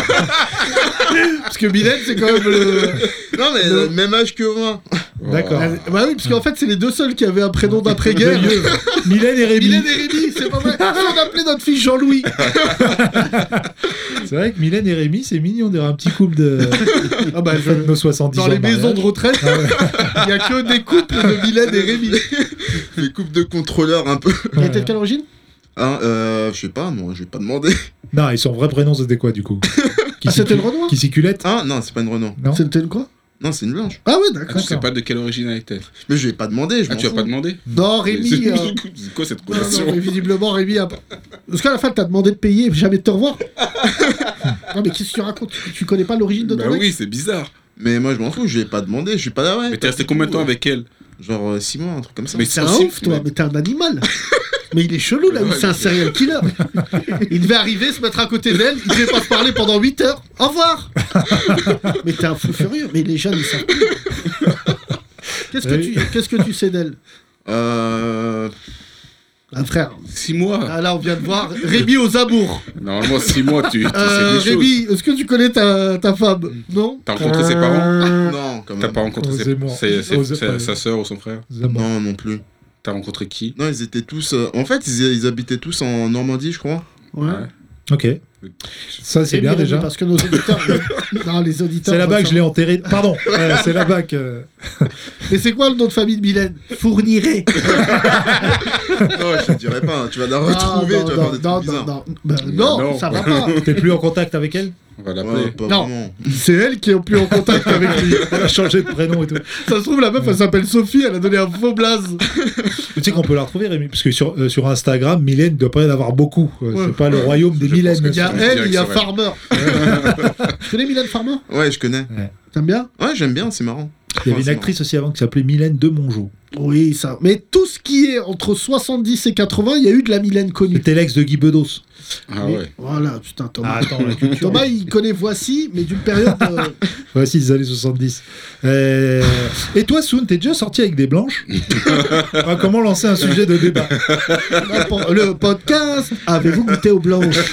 Parce que Mylène, c'est quand même le. Non, mais elle a le même âge que moi. Wow. D'accord. Ah, Bah oui, parce qu'en fait, c'est les deux seuls qui avaient un prénom d'après-guerre. Mylène et Rémi. Mylène et Rémi, c'est pas vrai. Si on appelait notre fille Jean-Louis. C'est vrai que Mylène et Rémi, c'est mignon d'avoir un petit couple de, Ah bah, de je- fête de nos 70 ans. Dans les de maisons mariage. Ah de retraite, il n'y a que des couples de Mylène et Rémi. Les coupes de contrôleurs un peu. Elle était de quelle origine Hein, euh, je sais pas, moi, je vais pas demander. Non, et son vrai prénom, c'était quoi du coup qui Ah, c'était s'y- le Renoir Qui s'y culette Ah, non, c'est pas une Renault. Non C'était une quoi Non, c'est une blanche. Ah ouais, Ah, d'accord. tu sais pas de quelle origine elle était. Mais je vais pas demander. Je Ah, m'en tu vas fous. pas demandé Non, Rémi. C'est euh, c'est quoi cette non, non, relation mais visiblement, Rémi a. Parce qu'à la fin, t'as demandé de payer et jamais de te revoir. non, mais qu'est-ce que tu racontes Tu- Tu connais pas l'origine de ton Bah mec oui, c'est bizarre. Ah, Mais moi, je m'en fous. Je vais pas demander. Je suis pas là, ouais. Mais t'es resté combien de temps avec elle Genre 6 mois, un truc comme ça. Mais T'es un aussi- ouf, toi, mais t'es un animal. Mais il est chelou là, Ouais, c'est un mais- serial killer. Il devait arriver, se mettre à côté d'elle, il devait pas se parler pendant 8 heures. Au revoir Mais t'es un fou furieux, mais les jeunes ils savent plus. Qu'est-ce que, Oui. tu, qu'est-ce que tu sais d'elle Euh. Un frère. Six mois. Ah, là, on vient de voir Rémi aux amours. Normalement, six mois, tu, tu Euh, sais des choses. Rémi, est-ce que tu connais ta, ta femme Non T'as rencontré ses parents Non, Euh, quand T'as même. pas rencontré ses- Osez-moi. ses- ses- Osez pas. sa- sa sœur ou son frère Zama. Non, non plus. T'as rencontré qui Non, ils étaient tous. euh, En fait, ils, ils habitaient tous en Normandie, je crois. Ouais. Ok. Ça, c'est Rémi, bien Rémi, déjà. Parce que nos auditeurs. non, les auditeurs. C'est là-bas doivent que je l'ai enterré. Pardon, euh, c'est là-bas que. savoir. Mais c'est quoi le nom de famille de Mylène Fournirait. non, Oh, je te dirais pas. hein. Tu vas la retrouver. Ah, tu vas non, faire des non, trucs bizarres. non, non, non, bah, non, non. ça va pas. T'es plus en contact avec elle On va l'appeler. Ouais, pas Non. vraiment. C'est elle qui est au plus en contact avec lui. Elle a changé de prénom et tout. Ça se trouve, la meuf, elle s'appelle Sophie, elle a donné un faux blaze. Tu sais qu'on peut la retrouver, Rémi, parce que sur, euh, sur Instagram, Mylène doit pas y en avoir beaucoup. Euh, Ouais. C'est pas le royaume des Je pense Mylènes. que Il y a Ouais, elle, il y a direct, c'est Farmer. tu connais Mylène Farmer Ouais, je connais. T'aimes bien Ouais, j'aime bien, c'est marrant. Il y avait une actrice aussi avant qui s'appelait Mylène de Mongeau. Oui, ça. Mais tout ce qui est entre 70 et 80, il y a eu de la Mylène connue. C'était l'ex de Guy Bedos. Ah Mais- ouais. Voilà, putain, Thomas. attends, la culture. Thomas, il connaît Voici, mais d'une période. euh, Voici les années 70. Euh, Et toi, Soun, t'es déjà sorti avec des blanches Ah, Comment lancer un sujet de débat Bah, là, pour- le podcast. Avez-vous goûté aux blanches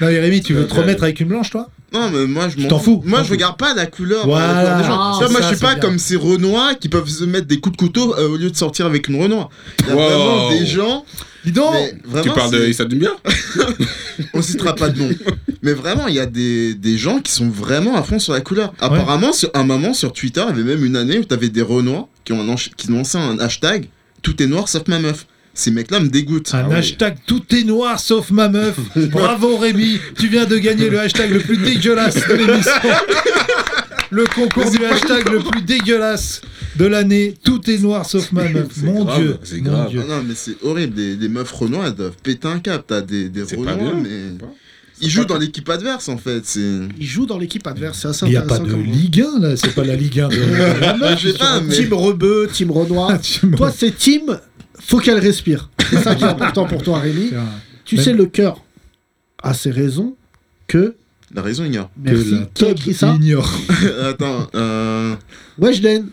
Non, mais Rémi, tu veux te remettre avec une blanche, toi Non, mais moi, je Tu m'en t'en fous. Moi, T'en je fous. regarde pas la couleur. Voilà. euh, des gens. Ah, Tu vois, moi, ça, je suis c'est pas bien. comme ces Renois qui peuvent se mettre des coups de couteau euh, au lieu de sortir avec une Renoir. Il y a Wow. vraiment des gens. Dis donc mais Tu vraiment, parles de c'est- Issa Dumbia On citera pas de nom. Mais vraiment, il y a des, des gens qui sont vraiment à fond sur la couleur. Apparemment, sur, un moment sur Twitter, il y avait même une année où t'avais des Renois qui ont, lanch- qui ont lancé un hashtag Tout est noir sauf ma meuf. Ces mecs-là me dégoûtent. Un Ah oui. hashtag tout est noir sauf ma meuf. Bravo Rémi, tu viens de gagner le hashtag le plus dégueulasse de l'émission. Le concours du hashtag le plus dégueulasse de l'année. Tout est noir sauf ma meuf. C'est Mon grave, Dieu. c'est mon grave. Dieu. Ah non, mais c'est horrible. Des, des meufs Renois, elles doivent péter un câble. T'as des, des C'est Renois, pas bien. mais. c'est pas- Ils c'est jouent pas- dans l'équipe adverse en fait. C'est. Il joue dans l'équipe adverse, c'est assez Il n'y a pas intéressant. de comme- Ligue 1 là, c'est pas la Ligue 1. de- La meuf, Ah Je sais pas, mais- Team Rebeu, Team Renoir. Tu me- Toi, c'est Team, faut qu'elle respire. C'est ça qui est important pour toi, Rémi. Tu Même- sais, le cœur a ses raisons que. La raison ignore. Que Merci. la Qui a top écrit ça ignore. Attends, euh... Weshden.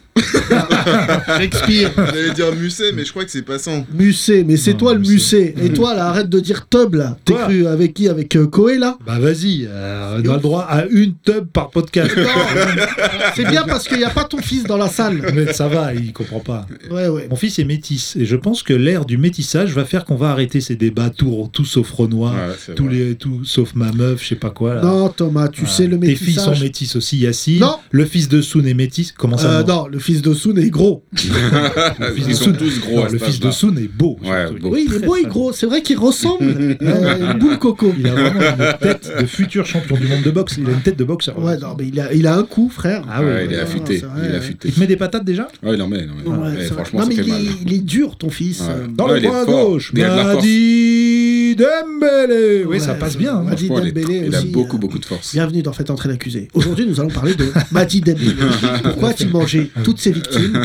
Shakespeare. j'allais dire Musset, mais je crois que c'est passant. Musset, mais c'est Non, toi le Musset. Musset. Et toi, là, arrête de dire Tub, là. T'es Quoi cru avec qui Avec euh, Koé, là Bah vas-y, euh, on a le droit à une tub par podcast. C'est bien parce qu'il n'y a pas ton fils dans la salle. Mais ça va, il comprend pas. Ouais, ouais. Mon fils est métis et je pense que l'ère du métissage va faire qu'on va arrêter ces débats tout, tout sauf Renoir, Ah. Ouais, c'est tous vrai. les, tout sauf ma meuf, je sais pas quoi. Là. Non, Thomas, tu Voilà. sais le Tes filles sont métissage. métisses aussi, Yacine. Non. Le fils de Soun est métis. Comment ça Euh, non non, le fils de Soun est gros. fils de Ils sont Soun. tous gros Non, à Oh, Le cet fils de âge-là. Soun est beau. Ouais, surtout. beau. Oui, il est beau et gros. C'est vrai qu'il ressemble à une boule coco. Il a vraiment une tête de futur champion du monde de boxe. Il a une tête de boxeur. Ouais, non, mais il a, il a un coup, frère. Ah ouais, Ouais, il est ouais. non, affûté. c'est vrai, il est ouais. affûté. Ah Il te met des patates déjà Ouais, il en met. il en met. Ouais, Ouais, Eh, c'est vrai. franchement, non, ça mais fait il mal. est, il est dur, ton fils. Ouais. Euh, Dans Ouais, le il est bras fort. gauche, Il a de la force. Madi Dembélé. Oui, ouais, ça passe bien. hein. Madi Franchement, il est- Dembélé Il a aussi, beaucoup, euh, beaucoup de force. Bienvenue dans Faites entrer l'accusé. Aujourd'hui, nous allons parler de Madi Dembélé. Pourquoi a-t-il mangé toutes ses victimes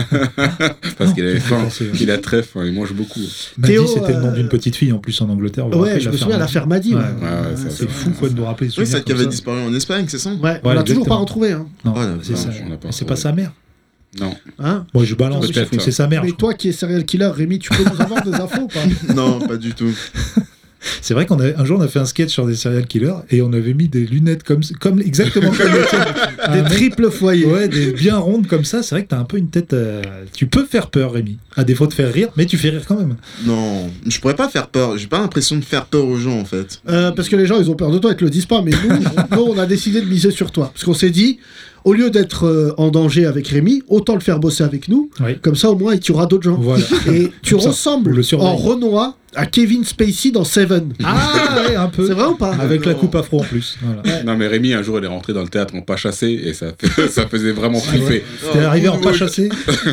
Parce qu'il avait faim. c'est vrai. Il a très faim. Il mange beaucoup. Madi, Théo, c'était le nom euh, d'une petite fille en plus en Angleterre. Vous vous Ouais, rappelez je me l'affaire souviens l'affaire Madi. Ouais, ouais. ouais, ouais, Ouais, ça, C'est fou quoi de nous rappeler. Oui, celle qui avait avait disparu en Espagne, c'est ça Ouais, on Ouais, l'a toujours exactement. pas retrouvé. hein. Non, Oh la c'est vache, ça. on l'a pas Mais C'est retrouvé. pas sa mère. Non. Hein Moi, je balance. Peut-être, je trouve que ouais. C'est sa mère. Mais je crois. toi qui es serial killer, Rémi, tu peux nous avoir des infos ou pas Non, pas du tout. C'est vrai qu'on a un jour on a fait un sketch sur des serial killers et on avait mis des lunettes comme comme exactement comme les tiennes. Un Des mec- triples foyers. Ouais, des bien rondes comme ça. C'est vrai que t'as un peu une tête. euh, tu peux faire peur, Rémi. À défaut de faire rire, mais tu fais rire quand même. Non, je pourrais pas faire peur. J'ai pas l'impression de faire peur aux gens en fait. Euh, parce que les gens, ils ont peur de toi, ils te le disent pas, mais nous, nous, on a décidé de miser sur toi. Parce qu'on s'est dit, au lieu d'être euh, en danger avec Rémi, autant le faire bosser avec nous. Oui. Comme ça, au moins, il tuera d'autres gens. Voilà. Et tu Comme ça, ressembles on le surveille. en Renoir à Kevin Spacey dans Seven. Ah ouais, un peu. C'est vrai ou pas Avec la Non. coupe afro en plus. Voilà. Non, mais Rémi, un jour, il est rentré dans le théâtre en pas chassé et ça, ça faisait vraiment flipper. T'es Oh, arrivé en pas chassé,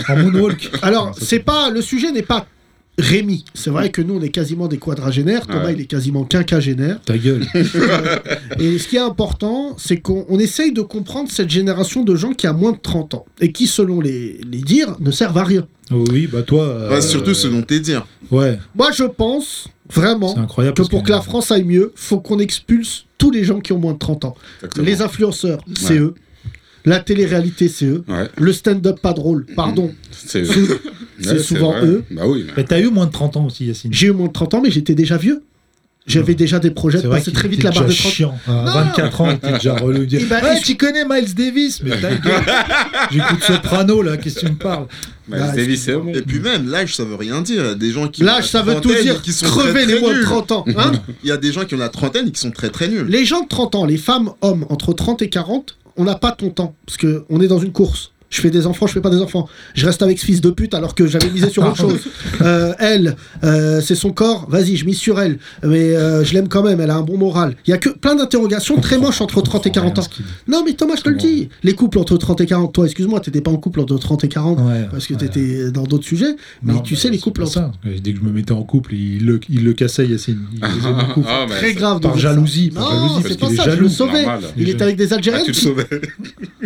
en moonwalk. Alors, c'est pas le sujet n'est pas Rémi. C'est vrai que nous, on est quasiment des quadragénaires. Thomas, Ouais. il est quasiment quinquagénaire. Ta gueule. Et ce qui est important, c'est qu'on on essaye de comprendre cette génération de gens qui a moins de 30 ans et qui, selon les, les dires, ne servent à rien. Oui, bah toi. euh, Ouais, surtout selon tes dires. Ouais, Moi, je pense c'est vraiment incroyable. que parce pour que la France aille mieux, faut qu'on expulse tous les gens qui ont moins de 30 ans. Exactement. Les influenceurs, c'est eux. La télé-réalité, c'est eux. Ouais, Le stand-up pas drôle, pardon. Mm. c'est Sou- Ouais, souvent vrai. eux. Bah oui. mais- Mais t'as eu moins de 30 ans aussi, Yacine. J'ai eu moins de 30 ans, mais j'étais déjà vieux. J'avais déjà des projets de passer qu'il très vite était la barre de déjà 30 chiant. À Non. 24 ans, il était déjà relou. Eh ben, ouais, est-ce- tu connais Miles Davis, mais ta gueule. J'écoute Soprano, là, qu'est-ce que tu me parles Bah, Ah, Davis, c'est bon. Et puis même, l'âge ça veut rien dire. Il y a des gens qui. ont la L'âge, ça veut tout trentaine et dire. Qui sont Crever très, très les moins de nuls. 30 ans. hein. Il y a des gens qui ont la trentaine et qui sont très très nuls. les gens de 30 ans, les femmes, hommes, entre 30 et 40, on n'a pas ton temps. Parce que on est dans une course. je fais des enfants, je fais pas des enfants. Je reste avec ce fils de pute alors que j'avais misé sur autre chose. Euh, elle, euh, c'est son corps, vas-y, je mise sur elle. Mais euh, je l'aime quand même, elle a un bon moral. Il y a que plein d'interrogations très moches entre 30 et 40 ans. Non, mais Thomas, je te le dis. Les couples entre 30 et 40, toi, excuse-moi, t'étais pas en couple entre 30 et 40 Ouais, parce que ouais. t'étais dans d'autres sujets. Mais tu sais, les couples en entre. ça. Dès que je me mettais en couple, il le, il le cassait, Yacine. Il faisait mon couple. Ah, mais Très ça- grave. de Par dire ça. jalousie, Non, par jalousie, c'est parce pas qu'il est ça, je le jaloux. sauvais. Normal. Il Il est était avec des Ah, Algériennes. tu te sauvais.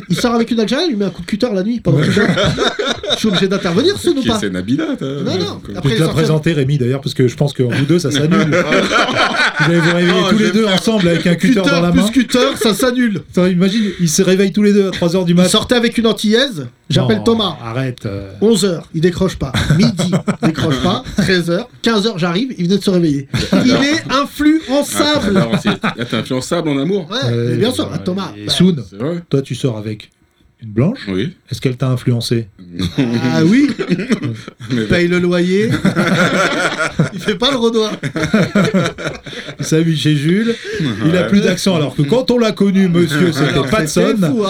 Il sort avec une Algérienne, il lui met un coup de cutter la nuit pendant que je dors. Je suis obligé d'intervenir, ce ou Qui est- pas C'est Nabila, t'as- Non, non. comme- Ah, Je Après, vais il te la sortait- présenter, Rémi, d'ailleurs, parce que je pense qu'en vous deux, ça s'annule. vous allez vous réveiller Oh, tous je les vais deux faire- ensemble avec un cutter cutter dans la main. plus cutter, ça s'annule. Attends, imagine, ils se réveillent tous les deux à 3h du Il matin. sortait avec une antillaise, j'appelle Bah, Non, Thomas. Arrête. euh, 11h, il décroche pas. Midi, décroche pas. 13h, 15h, j'arrive, il venait de se réveiller. Il est Ah, t'as- influençable. alors, c'est- ah, T'es influençable en amour Ouais, euh, mais bien sûr, euh, Thomas. Et bah, Soun, C'est vrai toi, tu sors avec une blanche. Oui. Est-ce qu'elle t'a influencé Ah oui, Mais- paye le loyer. il fait pas le renoir. Ça, oui, chez Jules, il a plus d'accent. Alors que quand on l'a connu, monsieur, c'était Alors, pas de c'était sonne. fou,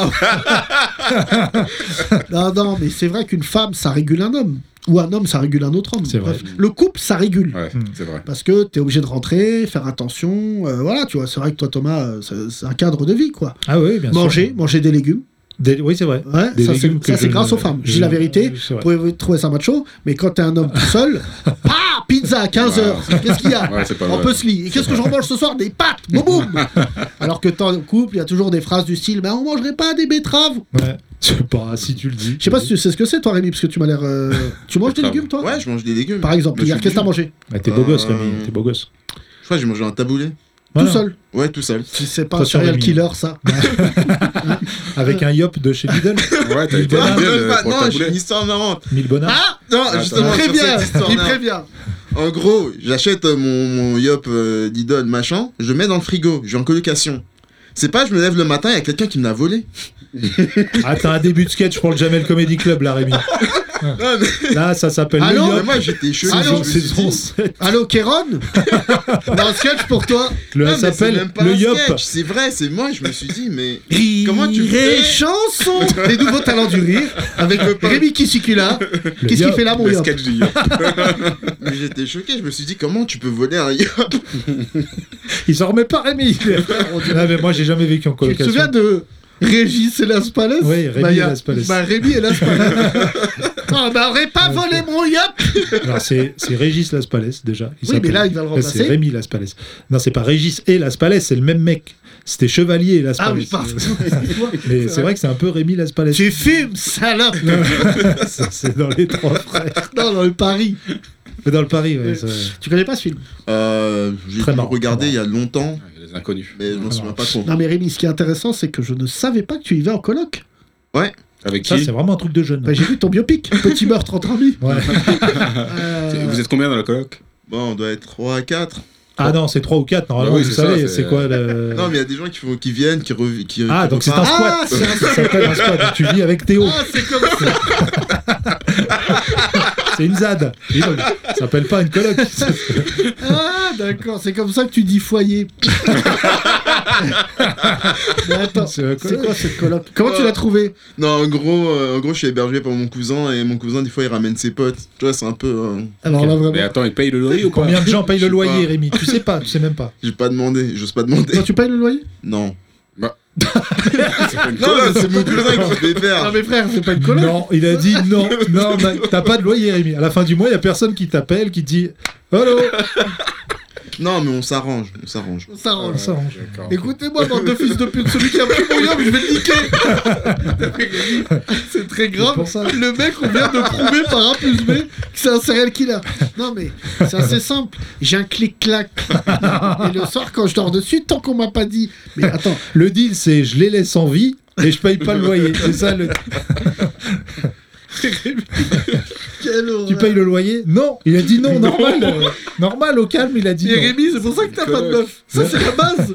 hein. non, non, mais c'est vrai qu'une femme, ça régule un homme. Ou un homme, ça régule un autre homme. C'est vrai. Bref, le couple, ça régule. Ouais, c'est vrai. Parce que t'es obligé de rentrer, faire attention. euh, voilà, tu vois, c'est vrai que toi, Thomas, euh, c'est c'est un cadre de vie, quoi. Ah oui, bien sûr. manger, manger des légumes. Des- Oui, c'est vrai. Ouais, Des ça, c'est- légumes que ça, c'est je grâce ne- aux femmes. Je je- dis la vérité. c'est Vous vrai. pouvez trouver ça macho, mais quand t'es un homme tout seul, ah, pizza à 15h, Ouais. qu'est-ce qu'il y a Ouais, c'est pas On vrai. peut se lit. Et qu'est-ce que je remange ce soir Des pâtes Boum boum Alors que t'es en couple, il y a toujours des phrases du style Mais on mangerait pas des betteraves Ouais. Je sais pas si tu le dis. Je sais pas si tu sais ce que c'est, toi, Rémi, parce que tu m'as l'air. euh, Tu manges des Betteraves. légumes, toi Ouais, je mange des légumes. Par exemple, Bah, hier, je suis qu'est-ce que t'as obligé. mangé Mais Ah, t'es beau gosse, Euh, Rémi. T'es beau gosse. Je crois que j'ai mangé un taboulé. Voilà. Tout seul. Ouais, tout seul. C'est pas un Attention, serial Rémi. killer, ça. Avec un yop de chez Lidl. Ouais, t'as été Ah, Ah, bien même euh, pas. pour non, ta j'ai boulette. une histoire marrante. Mille bonheurs. Ah Non, Attends, justement, très sur Préviens cette histoire Il marrante. prévient En gros, j'achète euh, mon, mon Yop euh, Lidl, machin, je le mets dans le frigo, je vais en colocation. C'est pas je me lève le matin, il y a quelqu'un qui me l'a volé. Ah, t'as un début de sketch pour le Jamel Comedy Club, là, Rémi. Ah. Non, mais, Là, ça s'appelle Ah le non, mais yop. moi j'étais chaud. Ah je non, me suis C'est dit, son set. Allô, Kéron On a un sketch pour toi. Le non, mais ça c'est s'appelle même pas le un yop. sketch, C'est vrai, c'est moi, je me suis dit, mais. Rire Comment tu et fais chanson Les nouveaux talents du rire avec le Rémi Kissikula. Qu'est-ce qu'il yop. fait là, mon Le yop sketch du Yop. mais J'étais choqué, je me suis dit, comment tu peux voler un Yop Il s'en remet pas, Rémi. Ah, mais moi, j'ai jamais vécu en Tu te colocation. souviens de Régis et Las Palais Oui, Rémi bah, il y a- Las Palais. Bah, Rémi et Las Palais. Ah, bah, aurait pas volé mon yop Alors, c'est c'est Régis Laspalès, déjà. Il Oui, mais s'appelle. là, il va le remplacer. C'est Rémi Laspalès. Non, c'est pas Régis et Laspalès, c'est le même mec. C'était Chevalier et Ah oui, Laspalès. pardon. mais c'est vrai que c'est un peu Rémi Laspalès. Tu fumes, salope C'est c'est dans les trois frères. Non, dans le Paris. Mais Dans le Paris, ouais. ça- Tu connais pas ce film euh, J'ai Très dû le marrant, regarder très il y a longtemps, Ah, il y a Les inconnus. mais je m'en Très souviens pas trop. Non, mais Rémi, ce qui est intéressant, c'est que je ne savais pas que tu y vas en coloc. Avec Ça, qui c'est vraiment un truc de jeune. Bah, J'ai vu ton biopic, Petit meurtre entre amis. Ouais. Euh, Vous êtes combien dans la coloc Bon, on doit être 3 à 4. Ah non, c'est 3 ou 4, normalement, Bah oui, vous c'est ça, savez, c'est- c'est quoi le... Non, mais il y a des gens qui, font, qui viennent, qui reviennent. Qui, Ah, qui donc c'est un repartent. squat. Ah, c'est ça s'appelle un squat. Tu vis avec Théo. Ah, c'est comme ça C'est une ZAD. Dis donc, Ça s'appelle pas une coloc. Ah, d'accord, c'est comme ça que tu dis foyer. Mais attends, C'est un c'est colloque. quoi cette coloc Comment Euh, tu l'as trouvé Non, en gros, euh, en gros, je suis hébergé par mon cousin et mon cousin, des fois, il ramène ses potes. Tu vois, c'est un peu. euh, Alors là, Mais vraiment. attends, ils payent le loyer ou pas Combien de gens payent Je le sais loyer, pas. Rémi Tu sais pas, tu sais même pas. J'ai pas demandé, j'ose pas demander. Toi, tu payes le loyer Non. Bah. C'est pas une Non, coloc. mais c'est mon cousin qui Ah. fait faire. mais frère, c'est pas une Non, il a dit non, non, non, t'as pas de loyer, Rémi. À la fin du mois, il y a personne qui t'appelle, qui te dit Hello Non, mais on s'arrange, on s'arrange. On s'arrange. Ça s'arrange. D'accord. Écoutez-moi, bande de fils de pute, celui qui a pris mon yom, je vais le niquer C'est très grave. C'est pour ça. Le mec, on vient de prouver par A plus B que c'est un serial killer. Non, mais c'est assez simple. J'ai un clic-clac. Et le soir, quand je dors dessus, tant qu'on m'a pas dit. Mais attends, Le deal, c'est je les laisse en vie et je paye pas le loyer. C'est ça le. quelle horreur. Tu payes le loyer Non, il a dit non, normal. euh, Normal, au calme, il a dit Et non. Rémi, c'est pour ça que t'as pas de meuf. Ça, c'est la base.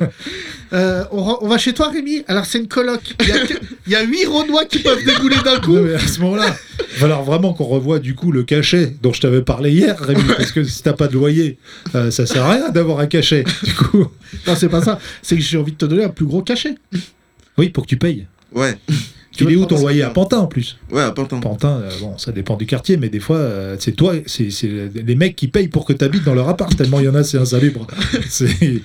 Euh, on, re- on va chez toi, Rémi. Alors, c'est une coloc. Il y a que- il y a huit Renois qui peuvent dégouler d'un coup. Non, mais à ce moment-là, il va falloir vraiment qu'on revoie du coup le cachet dont je t'avais parlé hier, Rémi, parce que si t'as pas de loyer, euh, ça sert à rien d'avoir un cachet. Du coup, Non, c'est pas ça. C'est que j'ai envie de te donner un plus gros cachet. oui, pour que tu payes. Ouais. Tu il veux est où prendre ton ça loyer à Pantin en plus Ouais, à Pantin. Pantin, euh, bon, ça dépend du quartier, mais des fois, euh, c'est toi, c'est c'est les mecs qui payent pour que tu habites dans leur appart, tellement il y en a, c'est insalubre. C'est-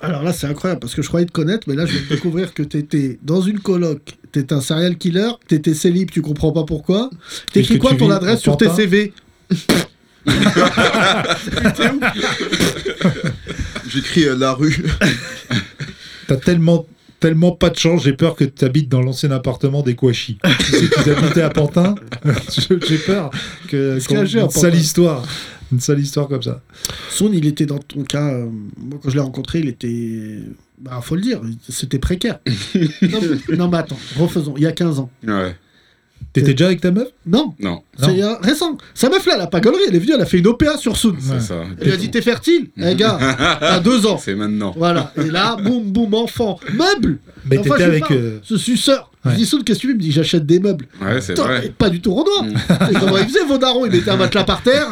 Alors là, c'est incroyable parce que je croyais te connaître, mais là, je viens de découvrir que t'étais dans une coloc, t'étais un serial killer, t'étais célib, tu comprends pas pourquoi. Puisque T'écris quoi tu ton vis adresse à sur tes Pantin. CV J'écris euh, la rue. T'as tellement, tellement pas de chance, j'ai peur que tu habites dans l'ancien appartement des Kouachi. si tu habitais à Pantin, je- j'ai peur que Se qu'on- cacher à une sale Pantin. histoire. Une sale histoire comme ça. Son, il était dans ton cas. euh, moi, quand je l'ai rencontré, il était. Bah, faut le dire, c'était précaire. non, mais- non, mais attends, refaisons. Il y a 15 ans. Ouais. T'étais déjà avec ta meuf Non, Non, c'est euh, récent. Sa meuf là, elle a pas galerie, elle est venue, elle a fait une OPA sur Soon. c'est Ouais. ça. Elle lui a dit T'es fertile Eh gars, t'as deux ans. C'est maintenant. Voilà. Et là, boum, boum, enfant. Meuble Mais Enfin, t'étais je avec. parle. euh, Ce suceur. Je Ouais. dis Soun, qu'est-ce que tu veux Il me dit J'achète des meubles. Ouais, c'est Putain, vrai. Mm. mais pas du tout rondoi. C'est Comment ils faisaient vos darons Ils mettaient un matelas par terre.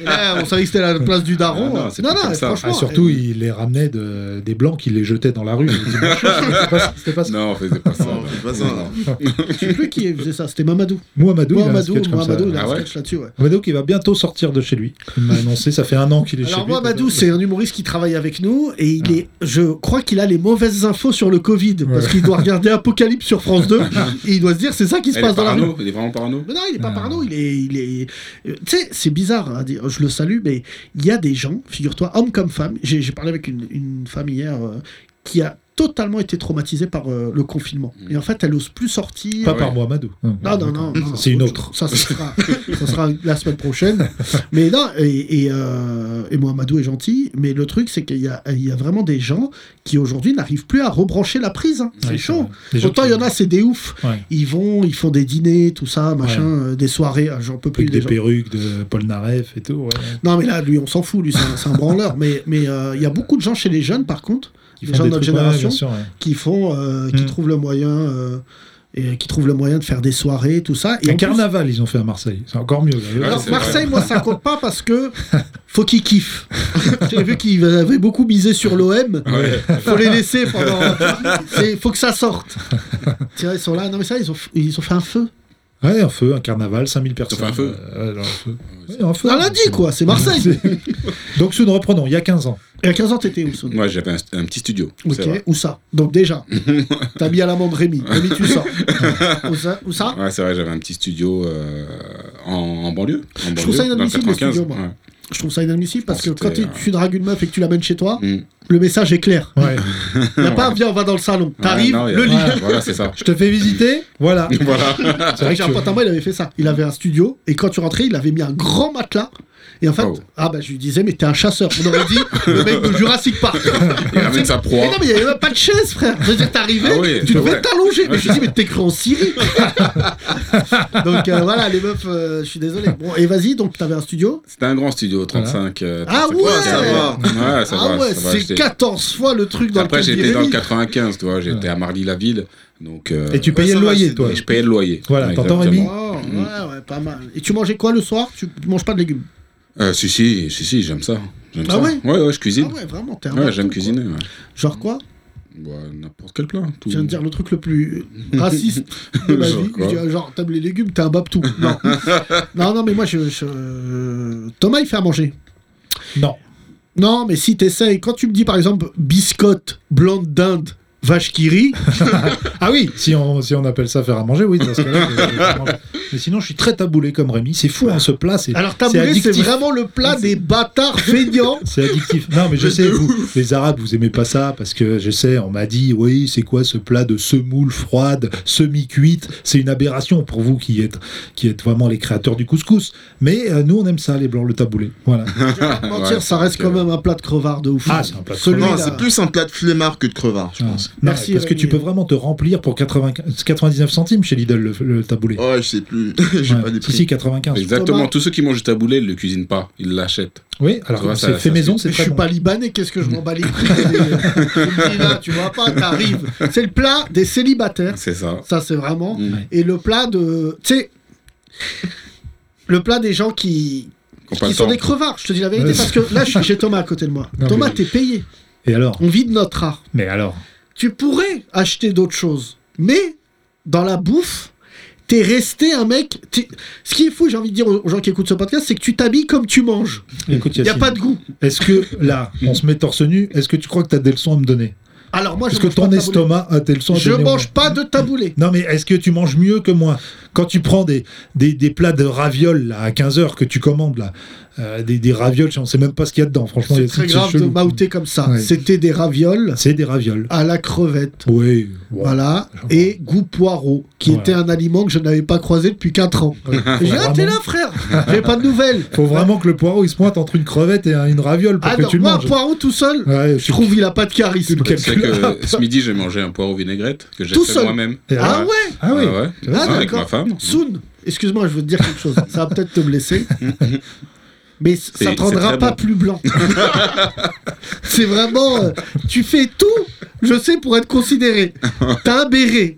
Et là, on savait que c'était la place du daron. Ah non, c'est plus comme ça. ah, franchement. surtout, il les ramenait de, des blancs qui les jetaient dans la rue. le dimanche. C'était pas- C'était pas ça. Non, on faisait pas ça. Non, on fait pas ça, non. Je sais plus qui faisait ça. C'était Mamadou. Mouhamadou, Ah, il a un Mohamedou, sketch comme ça. Mohamedou, il a Ah un ouais sketch là-dessus. ouais. Mouhamadou qui va bientôt sortir de chez lui. Il m'a annoncé, ça fait un an qu'il est chez Alors lui. moi, Madou, c'est un humoriste qui travaille avec nous et il est, je crois qu'il a les mauvaises infos sur le Covid parce qu'il doit regarder Apocalypse sur France 2 et il doit se dire c'est ça qui se Elle est passe dans la rue. parano, il est vraiment parano. Mais non, il est pas Ah. parano, il est, il est. euh, Tu sais, c'est bizarre à dire, Je le salue, mais il y a des gens, figure-toi, hommes comme femmes. J'ai j'ai parlé avec une, une femme hier euh, qui a totalement été traumatisée par euh, le confinement. Et en fait, elle ose plus sortir. Mm. Pas Ah par ouais. Mouhamadou. Non, non, non, non, non. C'est une autre. Ça, ça sera, ça sera la semaine prochaine. Mais non, et, et, euh, et Mohamedou est gentil, mais le truc, c'est qu'il y a, il y a vraiment des gens qui aujourd'hui n'arrivent plus à rebrancher la prise. hein. C'est Ouais, chaud. vrai. Les gens Autant qui- il y en a, c'est des oufs. euh, Ouais. Ils vont, ils font des dîners, tout ça, machin, euh, des soirées, ah, j'en peux plus. Avec les des gens. perruques de Paul Naref et tout. ouais. Non, mais là, lui, on s'en fout, lui, c'est un, c'est un branleur. Mais mais, euh, il y a beaucoup de gens chez les jeunes, par contre, Qui les font gens de des notre trucs, ouais, bien génération, sûr, ouais. qui font, euh, qui Mm. trouvent le moyen. euh, et qui trouvent le moyen de faire des soirées, tout ça. Et Un en plus- carnaval, ils ont fait à Marseille. C'est encore mieux. là. Ouais, Alors c'est Marseille, moi ça compte pas parce que faut qu'ils kiffent. J'ai vu qu'ils avaient beaucoup misé sur l'OM. Ouais. Faut les laisser pendant. C'est- Faut que ça sorte. Tiens, ils sont là. Non mais ça, ils ont, f- ils ont fait un feu. Ouais, un feu, un carnaval, 5000 personnes. fait un feu. Euh, ouais, un feu. Ouais, un feu. Un lundi quoi. C'est Marseille. Donc, Soun, reprenons, il y a 15 ans. Et à 15 ans t'étais où Soun Moi, j'avais un, un petit studio. c'est Ok. vrai. Où ça Donc déjà, t'as mis à l'amende Rémi. Rémi tu sors. Où ça, Où ça Ouais, c'est vrai, j'avais un petit studio euh, en, en banlieue. En banlieue, trouve ça dans le inadmissible, les 95, studios, moi. ouais. Je trouve ça inadmissible parce que C'était, quand tu- euh, tu dragues une meuf et que tu l'amènes chez toi, Mm. le message est clair. Ouais. Y a pas viens on va dans le salon. T'arrives, Ouais, non, y a- le lit. ouais, Voilà, c'est ça. Je te fais visiter Voilà. Voilà. C'est vrai J'ai un que- pote à moi, il avait fait ça. Il avait un studio et quand tu rentrais, il avait mis un grand matelas. Et en fait, Oh. ah bah je lui disais, mais t'es un chasseur. On aurait dit le mec de Jurassic Park. Il ramène sa Mais proie. non, mais il n'y avait même pas de chaise, frère. Je veux dire, t'arrivais, Ah oui, tu c'est devais vrai. t'allonger. Mais je lui dis, mais t'es cru en Syrie. donc euh, voilà, les meufs, euh, je suis désolé. Bon, et vas-y, donc t'avais un studio. C'était un grand studio, 35. euh, Ah 35, ouais, ça va. Ouais, ça ah va. ouais, ça va, c'est j'étais- 14 fois le truc dans Après, lequel j'étais dans le Rémi. 95, tu vois. J'étais à Marly-la-Ville. Donc, euh, Et tu payais ça le va, loyer, c'est- toi. et je payais le loyer. Voilà, t'entends, Exactement. Rémi Oh, ouais, ouais, pas mal. Et tu mangeais quoi le soir Tu manges pas de légumes Euh, si, si, si, si, j'aime ça. J'aime Ah ça. ouais ouais, ouais, je Ah cuisine. ouais, vraiment, t'es un ouais, marteau, j'aime quoi. cuisiner. ouais. Genre quoi Bah, N'importe quel plat. Tout... Tu viens de dire le truc le plus raciste de ma Genre vie. quoi Je dis, Genre, t'aimes les légumes, t'es un babtou. Non. non, non, mais moi, je, je- Thomas, il fait à manger. Non. Non, mais si t'essayes, quand tu me dis par exemple biscotte, blanc d'Inde, vache qui rit, Ah oui, si on, si on appelle ça faire à manger, oui, dans ce cas-là, je- je mange. euh, Mais sinon, je suis très taboulé comme Rémi. C'est fou, hein, ce plat. C'est alors c'est taboulé, c'est addictif. vraiment le plat des bâtards feignants. C'est addictif. Non, mais je sais, vous, les Arabes, vous aimez pas ça parce que je sais, on m'a dit, oui, c'est quoi ce plat de semoule froide, semi-cuite C'est une aberration pour vous qui êtes, qui êtes vraiment les créateurs du couscous. Mais euh, nous, on aime ça, les blancs, le taboulé. Voilà. Mentir, Ouais, ça reste ok. quand même un plat de crevard de ouf. Ah, c'est un plat de Celui-là- Non, c'est plus un plat de flemmard que de crevard, Ah. je pense. Merci, Merci. Parce que Rémi. tu peux vraiment te remplir pour 95 99 centimes chez Lidl, le, le taboulé. Oh, je sais plus. J'ai Ouais. pas les Si, prix. si, 95. Exactement. Thomas. Tous ceux qui mangent du taboulé, ils le cuisinent pas. Ils l'achètent. Oui, Tu vois, alors ça- c'est ça fait se maison, Je c'est très suis bon. pas libanais, qu'est-ce que je m'en bats les prix Tu me dis là, tu vois pas, t'arrives. C'est le plat des célibataires. C'est ça. Ça, c'est vraiment. Mm. Ouais. Et le plat de. Tu sais. Le plat des gens qui. Qu'on pas Qui le sont temps. des crevards, je te dis la vérité, Ouais. parce que là, je suis chez Thomas à côté de moi. Non, Thomas, mais- t'es payé. Et alors On vit de notre art. Mais alors Tu pourrais acheter d'autres choses, mais dans la bouffe, t'es resté un mec. t'es- Ce qui est fou, j'ai envie de dire aux aux gens qui écoutent ce podcast, c'est que tu t'habilles comme tu manges. Écoute, Il n'y a Yacine, pas de goût. est-ce que là, on se met torse nu, est-ce que tu crois que t'as des leçons à me donner Alors moi, je Est-ce que mange pas ton de taboulé. estomac euh, a des leçons à Je donner au mange monde pas de taboulé. Non, mais est-ce que tu manges mieux que moi Quand tu prends des, des, des plats de ravioles là, à 15h que tu commandes, là, euh, des, des ravioles, on sait même pas ce qu'il y a dedans, franchement. C'est Yacine, très grave de chelou. m'outer comme ça. Ouais. C'était des ravioles C'est des ravioles. à la crevette. Oui. ouais. Voilà, et goût poireau, qui Voilà. était un aliment que je n'avais pas croisé depuis 4 Bah, ans. J'ai dit, ah, t'es là, frère J'ai pas de nouvelles Faut vraiment que le poireau il se pointe entre une crevette et un- une raviole pour Ah que non, tu le moi, un manges. poireau tout seul, Ouais, je trouve il a pas de charisme. Tu le Tu sais que ce midi, j'ai mangé un poireau vinaigrette que j'ai Tout fait seul. moi-même. Et Ah alors ouais Ah oui. ouais. Ah, Ouais, avec d'accord. ma femme. Soon, excuse-moi, je veux te dire quelque chose, ça va peut-être te blesser. Mais c- ça C'est- te c'est rendra très pas bon. plus blanc. c'est vraiment. euh, tu fais tout, je sais, pour être considéré. T'as un béret.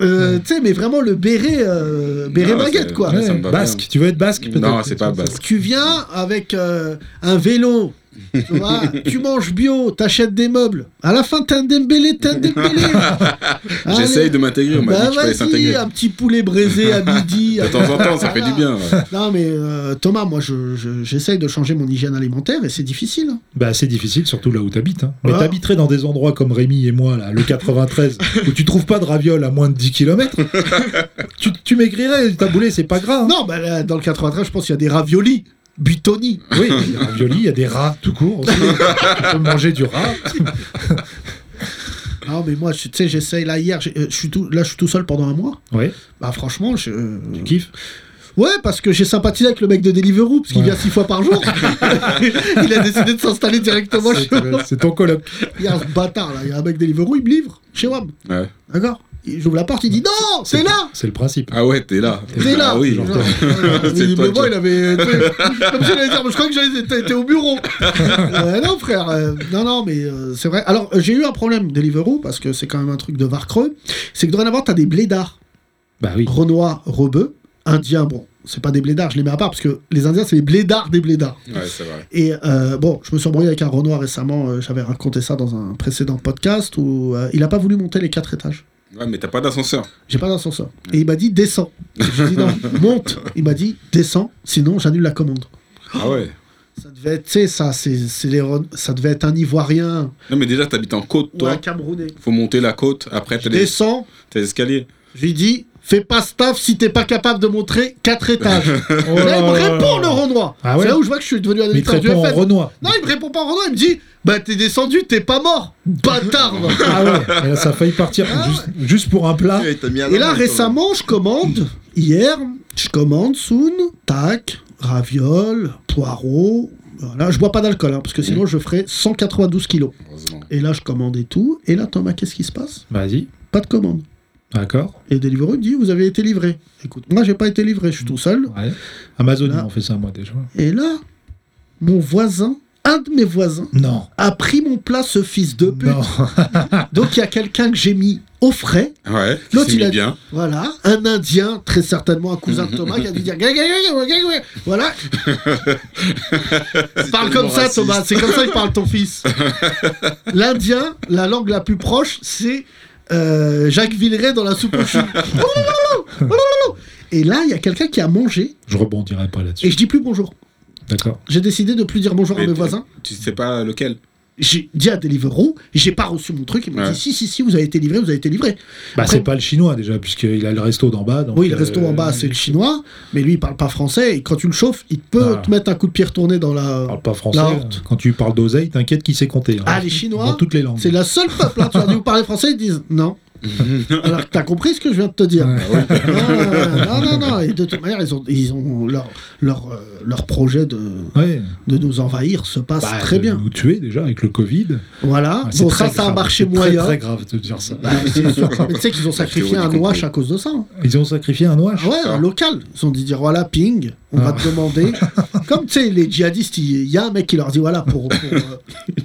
Euh, tu sais, mais vraiment le béret, euh, béret Non, baguette, c'est- quoi. Ouais, Ah, ça me va basque, bien. tu veux être basque peut-être Non, c'est pas basque. Tu viens avec euh, un vélo, tu, vois, tu manges bio, t'achètes des meubles. À la fin, t'es un Dembélé, t'es un Dembélé. Allez. J'essaye de m'intégrer. On m'a Ah Bah dit qu'il fallait vas-y, ah s'intégrer. un petit poulet braisé à midi. De temps en temps, ça fait Voilà. du bien. ouais. Non mais euh, Thomas, moi je- je- j'essaye de changer mon hygiène alimentaire et c'est difficile. Bah, c'est difficile, surtout là où t'habites. Hein. Mais Ah. t'habiterais dans des endroits comme Rémi et moi, là, le 93, où tu trouves pas de ravioles à moins de 10 km. tu, tu maigrirais, ta boulée, c'est pas grave. hein. Non, bah, là, dans le 93, je pense qu'il y a des raviolis, butoni. Oui, il y a des raviolis, il y a des rats tout court aussi. tu peux manger du rat. Non mais moi, je- tu sais, j'essaye là hier, j'ai- euh, je suis tout, là je suis tout seul pendant un mois. Ouais, Bah franchement, je, euh, tu kiffes. ouais parce que j'ai sympathisé avec le mec de Deliveroo parce qu'il Ouais. vient six fois par jour. il a décidé de s'installer directement chez moi. C'est ton coloc. Il y a un bâtard là, il y a un mec Deliveroo, il me livre chez WAM, Ouais. d'accord. Il- J'ouvre la porte, il dit non, c'est là. C'est le principe. Ah ouais, t'es là. T'es là Ah oui. Genre, genre, voilà. C'est Il- toi mais qui- moi, il avait. Comme si j'allais dire, mais je crois que j'allais- t'étais au bureau. Euh, non, frère. euh, non, non, mais euh, c'est vrai. Alors, euh, j'ai eu un problème, Deliveroo, parce que c'est quand même un truc de Varcreux. C'est que dorénavant, t'as des blédards. Bah oui. Renois, Rebeu, Indiens, bon. C'est pas des blédards, je les mets à part parce que les Indiens, c'est les blédards des blédards. Ouais, c'est vrai. Et euh, bon, je me suis embrouillé avec un Renoir récemment, euh, j'avais raconté ça dans un précédent podcast où euh, il a pas voulu monter les quatre étages. Ouais, mais t'as pas d'ascenseur. J'ai pas d'ascenseur. Et il m'a dit descends. J'ai dit non, monte. Il m'a dit descends, sinon j'annule la commande. Ah ouais. Ça devait être, tu sais, ça, c'est c'est les Ron- ça devait être un Ivoirien Non, mais déjà, t'habites en côte, ou un toi. Camerounais. Faut monter la côte. Après, t'as Je les, descends, t'as les escaliers. je lui dis fais pas staff si t'es pas capable de montrer quatre étages. Oh là, il me là là répond là. le Renoir. Ah ouais C'est là où je vois que je suis devenu un Mais il te éditeur du répond en FN. renois. Non, il me répond pas en Renoir, il me dit bah t'es descendu, t'es pas mort, bâtard. va. Ah ouais, et là, ça a failli partir Ah juste, juste pour un plat. Ouais, t'as mis à Et la là, main, toi. récemment, je commande, hier, je commande soon, tac, ravioles, poireaux. Voilà, je bois pas d'alcool, hein, parce que sinon je ferais 192 kilos. Heureusement. Et là, je commande et tout. Et là, Thomas, qu'est-ce qui se passe Vas-y, Pas de commande. d'accord. Et Deliveroo me dit, vous avez été livré. Écoute, moi, j'ai pas été livré, je suis tout seul. Ouais. Amazon, Là. on fait ça, moi, déjà. Et là, mon voisin, un de mes voisins, Non. a pris mon plat, ce fils de pute. Non. Donc, il y a quelqu'un que j'ai mis au frais. Ouais. qui L'autre, s'est il mis a- bien. Voilà, un Indien, très certainement un cousin de Thomas, qui a dû dire Gaga, gaga, gaga, gaga. Voilà, C'est parle tellement comme ça, raciste. Thomas, c'est comme ça qu'il parle ton fils. L'Indien, la langue la plus proche, c'est euh, Jacques Villeray dans la soupe Oh aux choux. Et oh là, il y a quelqu'un qui a mangé, Je rebondirai pas et là-dessus. je dis plus bonjour. D'accord. J'ai décidé de plus dire bonjour à Mais mes t'es- voisins. Tu sais pas lequel. J'ai dit à Deliveroo, j'ai pas reçu mon truc, ils m'ont Ouais. dit si, si, si, vous avez été livré, vous avez été livré. Bah, Après- c'est pas le chinois déjà, puisqu'il a le resto d'en bas. donc, Oui, le euh, resto en bas, c'est le chinois, mais lui, il parle pas français, et quand tu le chauffes, il peut Ah. te mettre un coup de pied retourné dans la. il Parle pas français. La hein. honte. Quand tu parles d'oseille, t'inquiète qui sait compter. hein. Ah, les Chinois, Dans toutes les langues. C'est le seul peuple, hein, tu leur dis vous parlez français, ils disent non. Alors que t'as compris ce que je viens de te dire. Non, non, non, non, et de toute manière, ils ont, ils ont leur, leur, euh, leur projet de, Ouais. de nous envahir se passe Bah, Ah, très de bien. Nous tuer déjà avec le Covid. Voilà, Ah, c'est bon très ça, ça a grave. marché C'est très, moyen. très grave de dire ça. Bah, c'est sûr. Mais tu sais qu'ils ont sacrifié théorie un du complot. ouache à cause de ça. hein. Ils ont sacrifié un noir. Ouais, un local. Ils ont dit dire voilà, ping, on va te demander. Comme tu sais, les djihadistes, il il y a un mec qui leur dit voilà, pour, pour, euh,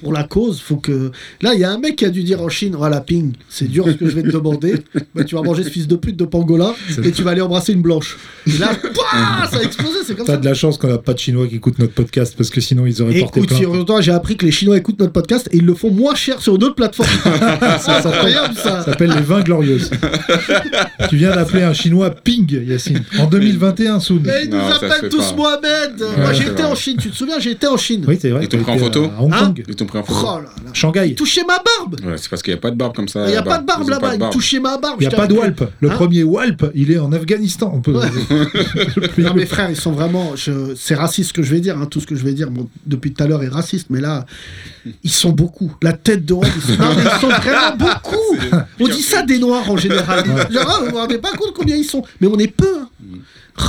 pour la cause, faut que. Là, il y a un mec qui a dû dire en Chine voilà, ping, c'est dur ce que je vais vais te demander, bah, tu vas manger ce fils de pute de Pangola et tu vas aller embrasser une blanche. Et là, pouah, ça a explosé, c'est comme T'as ça. de la chance qu'on n'a pas de Chinois qui écoutent notre podcast parce que sinon ils auraient porté Écoute, plainte. figure-toi, j'ai appris que les Chinois écoutent notre podcast et ils le font moins cher sur d'autres plateformes. c'est incroyable ça. Ça s'appelle les vins glorieuses. tu viens d'appeler un Chinois Ping, Yacine. En 2021, Soon. Mais ils nous Non, ça se appellent fait tous pas. Mohamed. Moi Ouais, c'est j'étais vrai. en Chine, tu te souviens, j'étais en Chine. Oui, c'est vrai. Ils t'ont t'as pris en été photo à Hong Hein Kong, Ils t'ont pris en photo. Oh là là. Shanghai. Ils touchaient ma barbe. Ouais, c'est parce qu'il n'y a pas de barbe comme ça. Oh. Il n'y a pas de Ils barbe ont pas là-bas, de ils barbe. touchaient ma barbe. Il n'y a j'étais pas de avec eux. Walp. Le Hein premier Walp, il est en Afghanistan. On peut. Ouais. Le plus- Non, mes frères, ils sont vraiment. je- C'est raciste ce que je vais dire. hein, Tout ce que je vais dire bon, depuis tout à l'heure est raciste, mais là, ils sont beaucoup. La tête de Rome, ils sont, non, mais ils sont vraiment beaucoup. On dit ça des Noirs en général. Genre, ah, vous vous rendez pas compte combien ils sont. Mais on est peu. hein. Mm.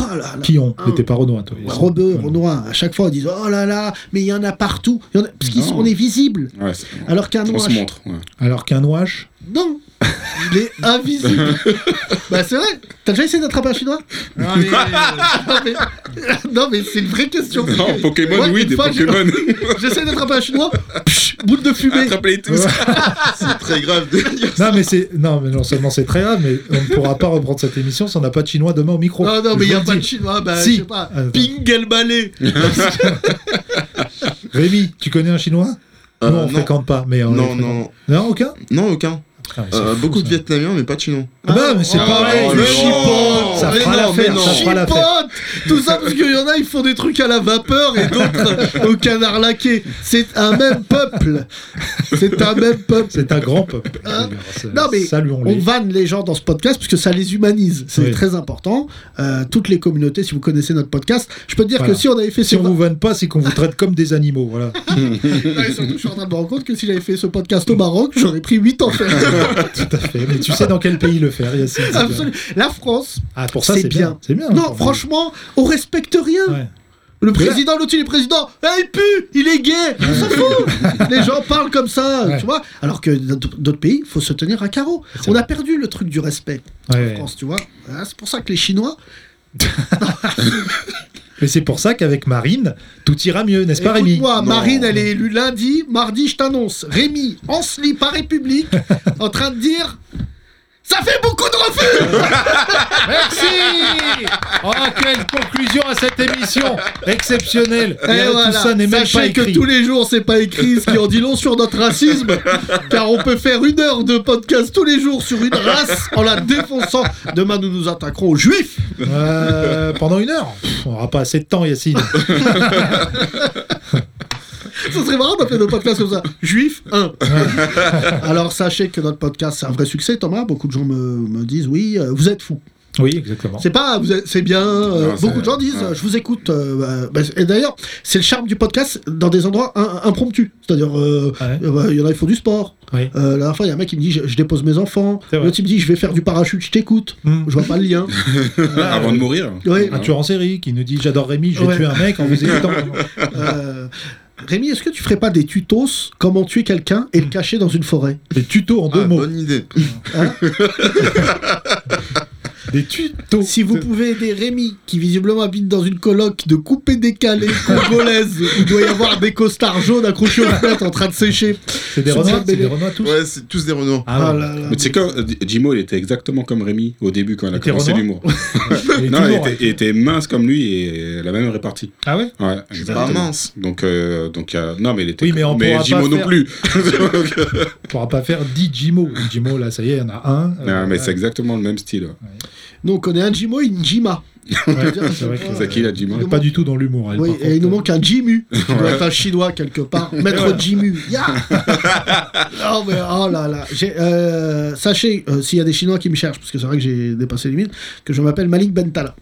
Oh là là. Qui ont Hein. Mais t'es pas Renoir, toi. Yacine. Rebeu, Renoir, à chaque fois, on dit oh là là, mais il y en a partout. Il y en a- Parce Non. qu'on est visible. Ouais, c'est- Alors qu'un on noir. se montre. ouais. Alors qu'un Wash. Non Il est invisible Bah c'est vrai T'as déjà essayé d'attraper un chinois non euh, mais... non mais c'est une vraie question Non, Pokémon, Moi, oui, une des fois, j'ai- Pokémon. J'essaie d'attraper un chinois, psh, boule de fumée Attrapez-les tous. C'est très grave de dire ça. Non, mais c'est. Non, mais non seulement c'est très grave, mais on ne pourra pas reprendre cette émission si on n'a pas de Chinois demain au micro. Ah, Non, non, mais Je il n'y a vous pas le de dis. chinois, bah Si. je sais pas. Attends. Pingelbalé Rémi, tu connais un Chinois Euh, Non, on non. fréquente pas, mais on les Non, fréquente. non, Non, aucun non, aucun. Putain, mais c'est Euh, fou, beaucoup de ça. Vietnamiens, mais pas de Chinois. Ah bah, mais c'est Ah, pareil, oh, le mais chipot, non. ça Mais fera non, mais l'affaire, non. ça fera l'affaire. Chipote Tout ça parce qu'il y en a, ils font des trucs à la vapeur et d'autres au canard laqué. C'est un même peuple C'est un même peuple C'est un grand peuple. Hein Eh bien, c'est- Non, mais Saluons-les. On vanne les gens dans ce podcast parce que ça les humanise. C'est Oui. très important. Euh, toutes les communautés, si vous connaissez notre podcast, je peux te dire Voilà. que si on avait fait Si ce on vous vanne pas, c'est qu'on vous traite comme des animaux, voilà. Ouais, surtout, je suis en train de me rendre compte que si j'avais fait ce podcast au Maroc, j'aurais pris 8 ans. Tout à fait. Mais tu sais dans quel pays le faire, Yacine c'est bien. Absolument. La France, Ah, pour ça, C'est c'est bien. bien. C'est bien. non, pour- franchement, on respecte rien. Ouais. Le président, l'autre, il est président. Eh, il pue, il est gay. On s'en fout. les gens parlent comme ça, Ouais. tu vois. Alors que dans d'autres pays, il faut se tenir à carreau. C'est On vrai. a perdu le truc du respect en Ouais. France, tu vois. Voilà, C'est pour ça que les Chinois. Mais c'est pour ça qu'avec Marine, tout ira mieux, n'est-ce pas, Rémi Écoute-moi, Non. Marine, elle est élue lundi. Mardi, je t'annonce. Rémi, en slip à République, en train de dire. Ça fait beaucoup de refus Merci Oh, quelle conclusion à cette émission Exceptionnelle Et Et Eh, voilà. Eh, Tout ça n'est même Sachez pas écrit. que tous les jours, c'est pas écrit, ce qui en dit long sur notre racisme, car on peut faire une heure de podcast tous les jours sur une race en la défonçant. Demain, nous nous attaquerons aux juifs Euh, pendant une heure Pff, On n'aura pas assez de temps, Yacine. Ça serait marrant d'appeler nos podcasts comme ça. Juif 1. Alors, sachez que notre podcast, c'est un vrai succès, Thomas. Beaucoup de gens me, me disent, oui, euh, vous êtes fous. Oui, exactement. C'est pas, vous êtes- c'est bien. euh, Non, c'est- beaucoup de gens disent, ouais. euh, je vous écoute. euh, bah, bah, et d'ailleurs, c'est le charme du podcast dans des endroits in- impromptus. C'est-à-dire, euh, Ouais. euh, bah, il y en a, ils font du sport. Oui. Euh, la dernière fois, il y a un mec qui me dit, je, je dépose mes enfants. C'est vrai. L'autre, il me dit, je vais faire du parachute, je t'écoute. Mm. Je vois pas le lien. Avant de mourir. Ouais. Un tueur en série qui nous dit J'adore Rémi, je vais Ouais. tuer un mec en vous écoutant. Euh, Rémi, est-ce que tu ferais pas des tutos comment tuer quelqu'un et le cacher dans une forêt Des tutos en deux Ah, mots. bonne idée. Des tutos. Si vous pouvez aider Rémi, qui visiblement habite dans une coloc de coupé décalé congolaise, où il doit y avoir des costards jaunes accrochés aux fenêtres en train de sécher. C'est des Sous-titres renois, c'est Bélé. des renois tous. Ouais, c'est tous des Renault. Ah, Ah ouais. là là. Mais tu sais quoi, euh, Jimo, il était exactement comme Rémi au début quand il Il a était commencé renoir l'humour. Il est Non, il toujours, était, hein. il était mince comme lui et la même répartie. Ah ouais Ouais, C'est exactement. pas mince. Donc, euh, donc euh, non, mais il était. Oui, mais on pourra Jimo pas non faire- plus. On pourra pas faire 10 Jimo. Jimo, là, ça y est, il y en a un. Euh, non, Ah, mais c'est ouais. exactement le même style. Nous, on connaît un Jimo et une Jima. Ouais, c'est vrai que- C'est qui la Jimo Elle est Ah, Pas du tout dans l'humour. elle, Oui, par et il contre. nous manque un Jimu. qui doit être un chinois quelque part. Maître Jimu. Ya Non, mais oh là là. J'ai, euh, sachez, euh, s'il y a des Chinois qui me cherchent, parce que c'est vrai que j'ai dépassé les limites, que je m'appelle Malik Bentala.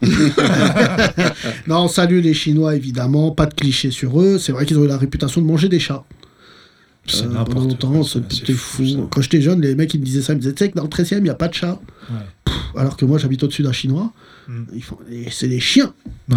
non, on salue les Chinois, évidemment. Pas de clichés sur eux. C'est vrai qu'ils ont eu la réputation de manger des chats. C'est Euh, n'importe pendant longtemps, quoi, ce ça, c'est petit fou, fou. ça. Quand j'étais jeune, les mecs ils me disaient ça, ils me disaient, tu sais que dans le 13 e il n'y a pas de chat. Ouais. Pff, alors que moi j'habite au-dessus d'un chinois, Mm. ils font... et c'est des chiens. Ouais.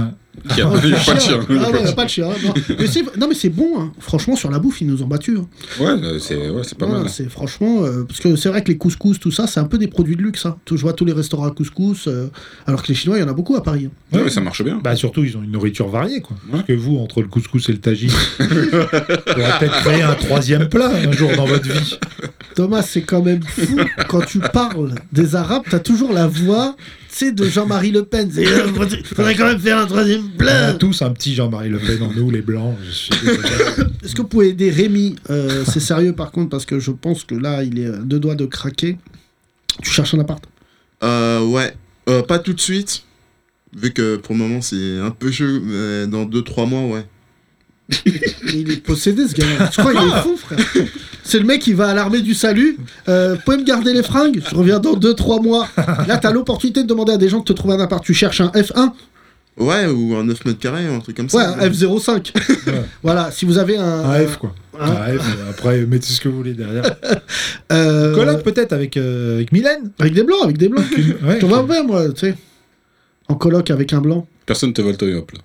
Il y a, il y a pas de chien. Ah ouais, y a pas de chien. Ah, Non, Mais c'est- non, mais c'est bon, hein. franchement, sur la bouffe, ils nous ont battus. hein. Ouais, euh, c'est ouais, c'est pas Voilà, mal. c'est franchement, euh, parce que c'est vrai que les couscous, tout ça, c'est un peu des produits de luxe. hein. Tout- Je vois tous les restaurants à couscous, euh, alors que les Chinois, il y en a beaucoup à Paris. hein. Ouais, mais ça marche bien. Bah surtout, ils ont une nourriture variée, quoi. Parce que vous, entre le couscous et le tagine, vous va peut-être créer un troisième plat un jour dans votre vie. Thomas, c'est quand même fou quand tu parles des Arabes, t'as toujours la voix, tu sais, de Jean-Marie Le Pen. C'est, euh, Faudrait quand même faire un troisième On a plat. tous un petit Jean-Marie Le Pen en nous, les blancs. je suis désolé. Est-ce que vous pouvez aider Rémi Euh, C'est sérieux par contre, parce que je pense que là, il est euh, deux doigts de craquer. Tu cherches un appart Euh, ouais. Euh, pas tout de suite. Vu que pour le moment c'est un peu chaud, mais dans 2-3 mois, ouais. Mais il est possédé ce gars-là. Je crois qu'il est fou, frère. C'est le mec qui va à l'armée du salut. Euh, pouvez me garder les fringues Je reviens dans 2-3 mois. Là, t'as l'opportunité de demander à des gens de te trouver un appart. Tu cherches un F1 Ouais, ou un 9 mètres carrés, un truc comme Ouais, ça. un F05. Voilà, si vous avez un. Un F, quoi. Hein Un F, euh, après, mettez ce que vous voulez derrière. euh, Colloque peut-être avec, euh, avec Mylène. Avec des blancs, avec des blancs. Ouais, J'en vois bien, moi, tu sais. En coloc avec un blanc. Personne te vole ton hop là.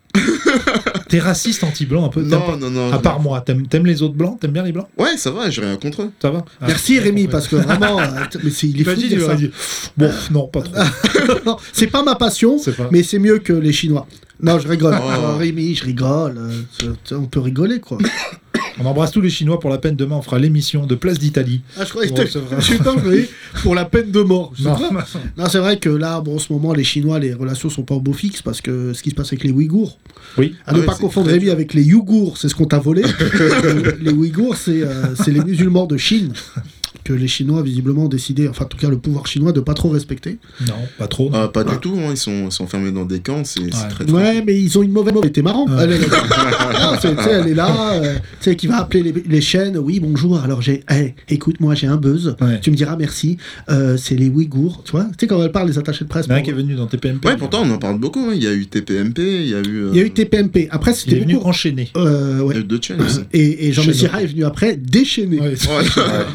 T'es raciste anti-blanc un peu t'aimes Non, pas- non, non. À part moi, t'aimes t'aimes les autres blancs T'aimes bien les blancs Ouais, ça va, j'ai rien contre eux. Ça va Merci Rémi, compris. parce que vraiment. euh, t- mais c'est, il est fou de Imagine, dire il ça. aurait Ah. dit, Bon, non, pas trop. Ah. Non, c'est pas ma passion, C'est pas- mais c'est mieux que les Chinois. Non, je rigole. Oh. Euh, Rémi, je rigole. euh, c'est- on peut rigoler, quoi. On embrasse tous les Chinois pour la peine. Demain, on fera l'émission de Place d'Italie. Ah, je croyais que Bon, t'es- c'est vrai. je suis pas envoyé pour la peine de mort. C'est vrai Non. Non, c'est vrai que là, bon, en ce moment, les Chinois, les relations sont pas au beau fixe parce que ce qui se passe avec les Ouïghours. Oui. À ne Ah ouais, pas c'est confondre très Rémi dur. avec les Yougours, c'est ce qu'on t'a volé. Euh, les Ouïghours, c'est euh, c'est les musulmans de Chine que les Chinois, visiblement, ont décidé, enfin, en tout cas, le pouvoir chinois, de pas trop respecter. Non, pas trop. non. Euh, pas Ouais. du tout, hein, ils sont, ils sont enfermés dans des camps, c'est c'est Ouais. très Ouais, mais ils ont une mauvaise mauvaise. T'es marrant. Ouais. Elle est là. Non, c'est- tu sais, elle est là. euh, tu sais, qui va appeler les, les chaînes. Oui, bonjour. Alors, j'ai. eh, écoute, moi, j'ai un buzz. Ouais. Tu me diras merci. Euh, c'est les Ouïghours. Tu vois, tu sais, quand elle parle des attachés de presse. Il y en a un bon, qui est venu dans TPMP. Ouais, pourtant on en parle beaucoup, hein. il y a eu TPMP, il y a eu... euh, Il y a eu TPMP. Après, Il est c'était venu beaucoup. enchaîner. Euh, il y a ouais. eu deux chaînes aussi. Et, et Jean Chaîne Messira Europe. est venu après déchaîné. Ouais, Ouais.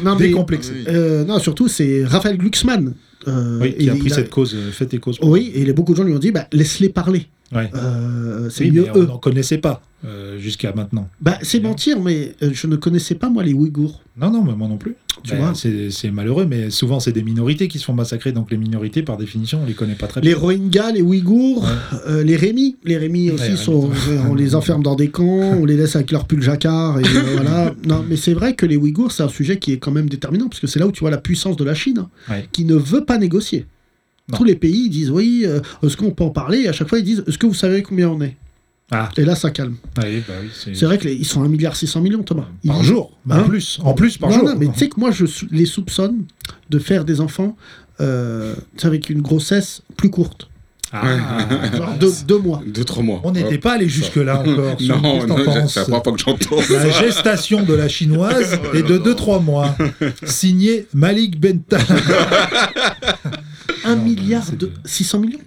Non, mais- Décomplexé. Oui. Euh, non, surtout, c'est Raphaël Glucksmann. euh, Oui, qui et a pris il cette cause, euh, fait et cause. Oui, et les- beaucoup de gens lui ont dit bah, laisse-les parler. Ouais. Euh, c'est Oui, mieux mais on eux. n'en connaissait pas euh, jusqu'à maintenant. Bah, c'est mentir, mais euh, je ne connaissais pas, moi, les Ouïghours. Non, non, mais moi non plus. Tu Ben, vois. c'est c'est malheureux, mais souvent c'est des minorités qui se font massacrer, donc les minorités, par définition, on les connaît pas très Les bien. Rohingyas, les Ouïghours, euh, les Rémi. Les Rémi aussi, Ouais, sont, euh, on les enferme dans des camps, on les laisse avec leur pull jacquard. Et euh, voilà. Non, mais c'est vrai que les Ouïghours, c'est un sujet qui est quand même déterminant, parce que c'est là où tu vois la puissance de la Chine, hein, Ouais. qui ne veut pas négocier. Non. Tous les pays ils disent oui, euh, est-ce qu'on peut en parler Et à chaque fois, ils disent est-ce que vous savez combien on est Ah, Et là, ça calme. oui, bah oui, c'est. C'est vrai qu'ils sont 1,6 milliard, Thomas. Ils- Par jour, Hein en plus, en plus par non, jour. non, mais tu sais que moi, je sou- les soupçonne de faire des enfants euh, tu sais, avec une grossesse plus courte, Ah. genre deux, deux mois. Deux, trois mois. on n'était Hop. pas allé jusque-là encore. Sou, Non, qu'est-ce non, que t'en j'ai- penses c'est Oh la première fois que j'entends La ça. gestation de la chinoise est de 2-3 mois. Signé Malik Benta. 1 Non, mais milliard bah, c'est de... de- 600 millions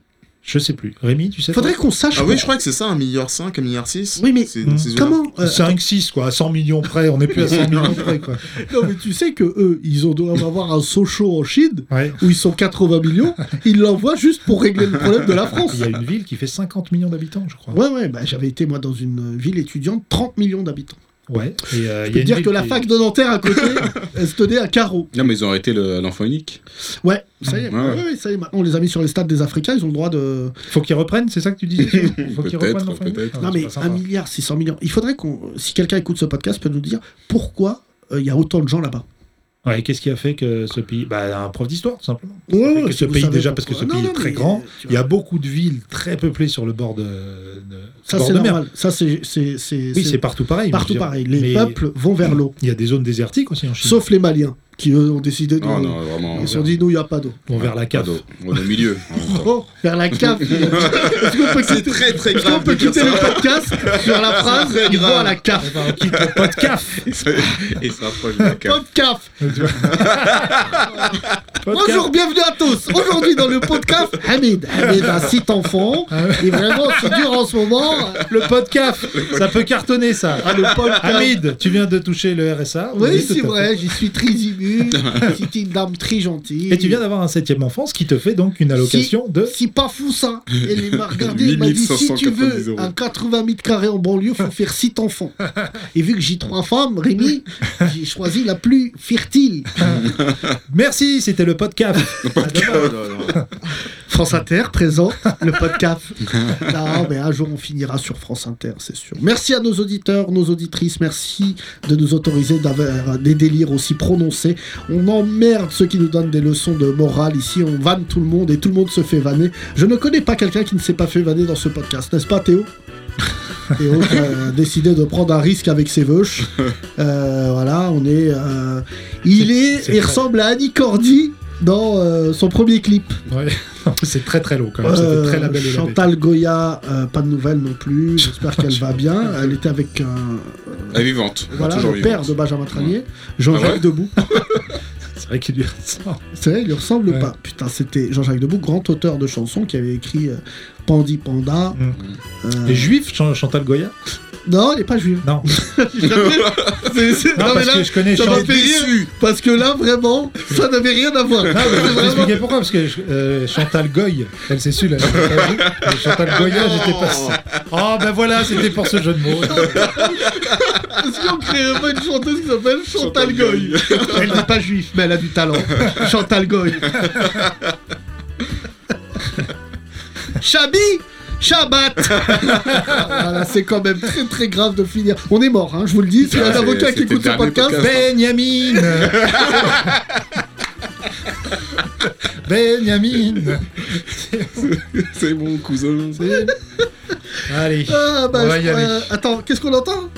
Je sais plus. Rémi, tu sais Faudrait qu'on sache Ah oui, je crois que c'est ça, 1,5 milliard, 1,6 milliard. Oui, mais C'est- hmm. c'est- comment euh, 5-6, quoi. À 100 millions près. On n'est plus à 100 millions près, quoi. Non, mais tu sais que eux, ils ont doivent avoir un Sochaux en Chine Ouais. où ils sont 80 millions, ils l'envoient juste pour régler le problème de la France. Il y a une ville qui fait 50 millions d'habitants, je crois. Ouais, ouais, bah, j'avais été moi dans une ville étudiante, 30 millions d'habitants. Ouais. Et, euh, Je il y peux a une dire ville que la qui- fac de Nanterre à côté, elle se tenait à carreau. Non, mais ils ont arrêté le- l'enfant unique. Ouais, ça y est, Ouais, ouais. ouais, ouais, ça y est, maintenant, on les a mis sur les stades des Africains, ils ont le droit de. Faut qu'ils reprennent, c'est ça que tu dis Faut qu'ils Peut-être, reprennent l'enfant peut-être. unique Ah, non c'est mais pas sympa. 1 milliard 600 millions. Il faudrait qu'on, si quelqu'un écoute ce podcast, peut nous dire pourquoi euh, il y a autant de gens là-bas. Ouais, qu'est-ce qui a fait que ce pays. Bah, un prof d'histoire, tout simplement. Ouais, Ça fait ouais, que si ce vous pays, savez déjà, parce que pourquoi. ce Non, pays non, est très mais, euh, grand. tu Il y a vois. beaucoup de villes très peuplées sur le bord de. de- Ça bord c'est de mer. normal. Ça c'est c'est c'est Oui, c'est c'est partout pareil. mais je partout veux dire, pareil. Les mais peuples vont vers l'eau, Il y a des zones désertiques aussi en Chine. Oh, sauf les Maliens qui eux ont décidé de. Non, Oh, non, vraiment. ils se sont dit nous il y a pas d'eau. Bon, vers la Pas cave. d'eau. On est au milieu. en même temps. Oh, vers la cave. Est-ce qu'on peut C'est quitter, très très est-ce qu'on grave peut de dire quitter ça. le podcast sur la phrase très ils vont à grave. la cave. Enfin, on quitte le podcast. Ils se rapprochent de la cave. Pop caf. Podcast. Bonjour, bienvenue à tous. Aujourd'hui dans le podcast, Hamid. Hamid a six enfants. Et vraiment, c'est dur en ce moment. Ah Le podcast, ça peut cartonner ça. Hamid, tu viens de toucher le RSA. Ah, Oui, Ah tout c'est à fait. vrai, j'y suis très ému. C'est une dame très gentille. Et tu viens d'avoir un septième enfant, ce qui te fait donc une allocation Si- de. Si pas fou ça Elle m'a regardé, il m'a dit si tu 8590 veux euros. un 80 mètres carrés en banlieue, faut faire six enfants. Et vu que j'ai trois femmes, Rémi, j'ai choisi la plus fertile. Merci, c'était le podcast. Euh, France Inter présente le podcast. Non, mais un jour on finira sur France Inter, c'est sûr. Merci à nos auditeurs, nos auditrices, merci de nous autoriser d'avoir des délires aussi prononcés. On emmerde ceux qui nous donnent des leçons de morale ici, on vanne tout le monde et tout le monde se fait vanner. Je ne connais pas quelqu'un qui ne s'est pas fait vanner dans ce podcast, n'est-ce pas Théo Théo qui a décidé de prendre un risque avec ses veuches. Euh, voilà, on est. euh, Il est, c'est il très- ressemble à Annie Cordy dans euh, son premier clip. Ouais. Non, C'est très très long quand même. C'était Euh, très la belle et la bête. Chantal Goya, euh, pas de nouvelles non plus. J'espère qu'elle va bien. Elle était avec un, Elle est vivante. voilà, toujours le père vivante. de Benjamin Tranier, Jean-Jacques Ah ouais Debout. C'est vrai qu'il lui ressemble. C'est vrai, il lui ressemble Ouais. pas. Putain, c'était Jean-Jacques Debout, grand auteur de chansons qui avait écrit euh, Pandi Panda. Mm. Euh, Les juifs, Chan- Chantal Goya Non, il est pas juif. Non. C'est- c'est- Non, non, mais parce là, que je connais ça m'a Chantal. fait rire, parce que là, vraiment, ça n'avait rien à voir. Non, mais je vais Vraiment. t'expliquer pourquoi, parce que euh, Chantal Goy, elle s'est su, là, j'avais pas vu. Mais Chantal Goya, j'étais pas sûr. Oh, ben voilà, c'était pour ce jeu de mots. Si on créerait une chanteuse qui s'appelle Chantal Goy. Elle n'est pas juive, mais elle a du talent. Chantal Goy. Chabi Shabbat Voilà, c'est quand même très très grave de finir. On est mort, hein, je vous le dis. S'il y a Ah, un c'est- avocat qui c'était écoute le ce dernier podcast, podcast. Benjamin Benjamin C'est mon cousin. Allez. Ah, bah, On va je- y aller. euh, attends, qu'est-ce qu'on entend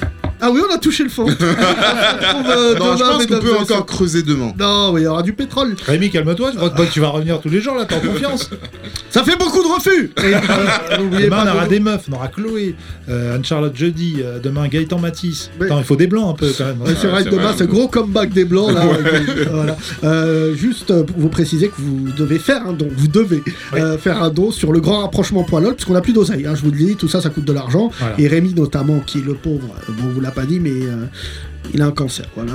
Ah oui, on a touché le fond. On se retrouve, euh, demain, Non, je pense qu'on mesdames peut et messieurs. encore creuser demain. Non, mais il y aura du pétrole. Rémi, calme-toi, je crois que tu vas revenir tous les jours, là, t'es en confiance. Ça fait beaucoup de refus. Et, euh, n'oubliez Demain, pas on de aura nous- des meufs, on aura Chloé, euh, Anne-Charlotte jeudi, euh, demain Gaëtan Matisse. Mais- Attends, il faut des blancs un peu quand même. Ouais, c'est Ouais, vrai, c'est demain, vrai. c'est gros comeback des Blancs. Là, Euh, voilà. Euh, juste euh, pour vous préciser que vous devez faire un don, vous devez euh, faire un don sur le grand rapprochement .lol, puisqu'on n'a plus d'oseille, hein, je vous le dis, tout ça, ça coûte de l'argent. Voilà. Et Rémi, notamment, qui est le pauvre, euh, bon, on vous l'a pas dit, mais euh, il a un cancer. Voilà.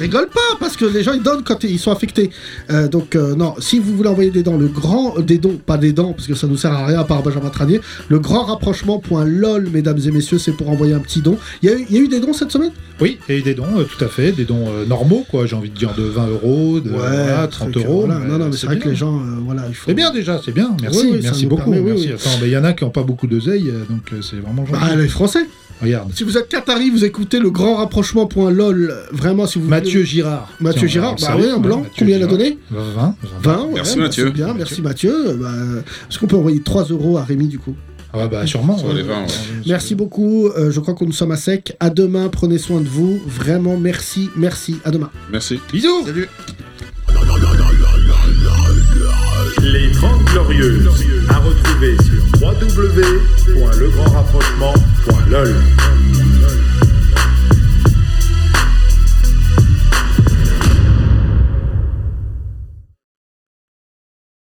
Rigole pas, parce que les gens, ils donnent quand ils sont affectés. Euh, donc, euh, non, si vous voulez envoyer des dons, le grand, euh, des dons, pas des dents, parce que ça nous sert à rien à part Benjamin Tranier, le grand rapprochement.lol, mesdames et messieurs, c'est pour envoyer un petit don. Il y a eu- il y a eu des dons cette semaine Oui, et des dons, euh, tout à fait, des dons euh, normaux, quoi, j'ai envie de dire de 20 euros, de voilà, un 30 truc, euros. voilà. Non, non, mais c'est vrai bien. que les gens, euh, voilà, il faut. C'est bien déjà, c'est bien, merci, Oui, oui, ça merci nous beaucoup. permet, oui, merci. oui. Attends, mais il y en a qui n'ont pas beaucoup d'oseille, euh, donc euh, c'est vraiment gentil. Bah, les Français. Regarde. Si vous êtes Qatari, vous écoutez le grand rapprochement.lol. Vraiment, si vous voulez- Mathieu Girard. Mathieu Tiens, Girard, on va bah le oui, saluer, un blanc. Mathieu Combien il a Girard. donné 20. 20, ouais, Merci, bah, Mathieu. c'est bien, merci Mathieu. Euh, bah, Est-ce qu'on peut envoyer 3 euros à Rémi du coup Ah bah, bah sûrement. Sur les 20, ouais. Merci beaucoup. euh, je crois qu'on nous sommes à sec. À demain, prenez soin de vous. Vraiment, merci, merci. À demain. Merci. Bisous Salut. Les 30 Glorieuses, à retrouver sur www.legrandrapprochement.lol.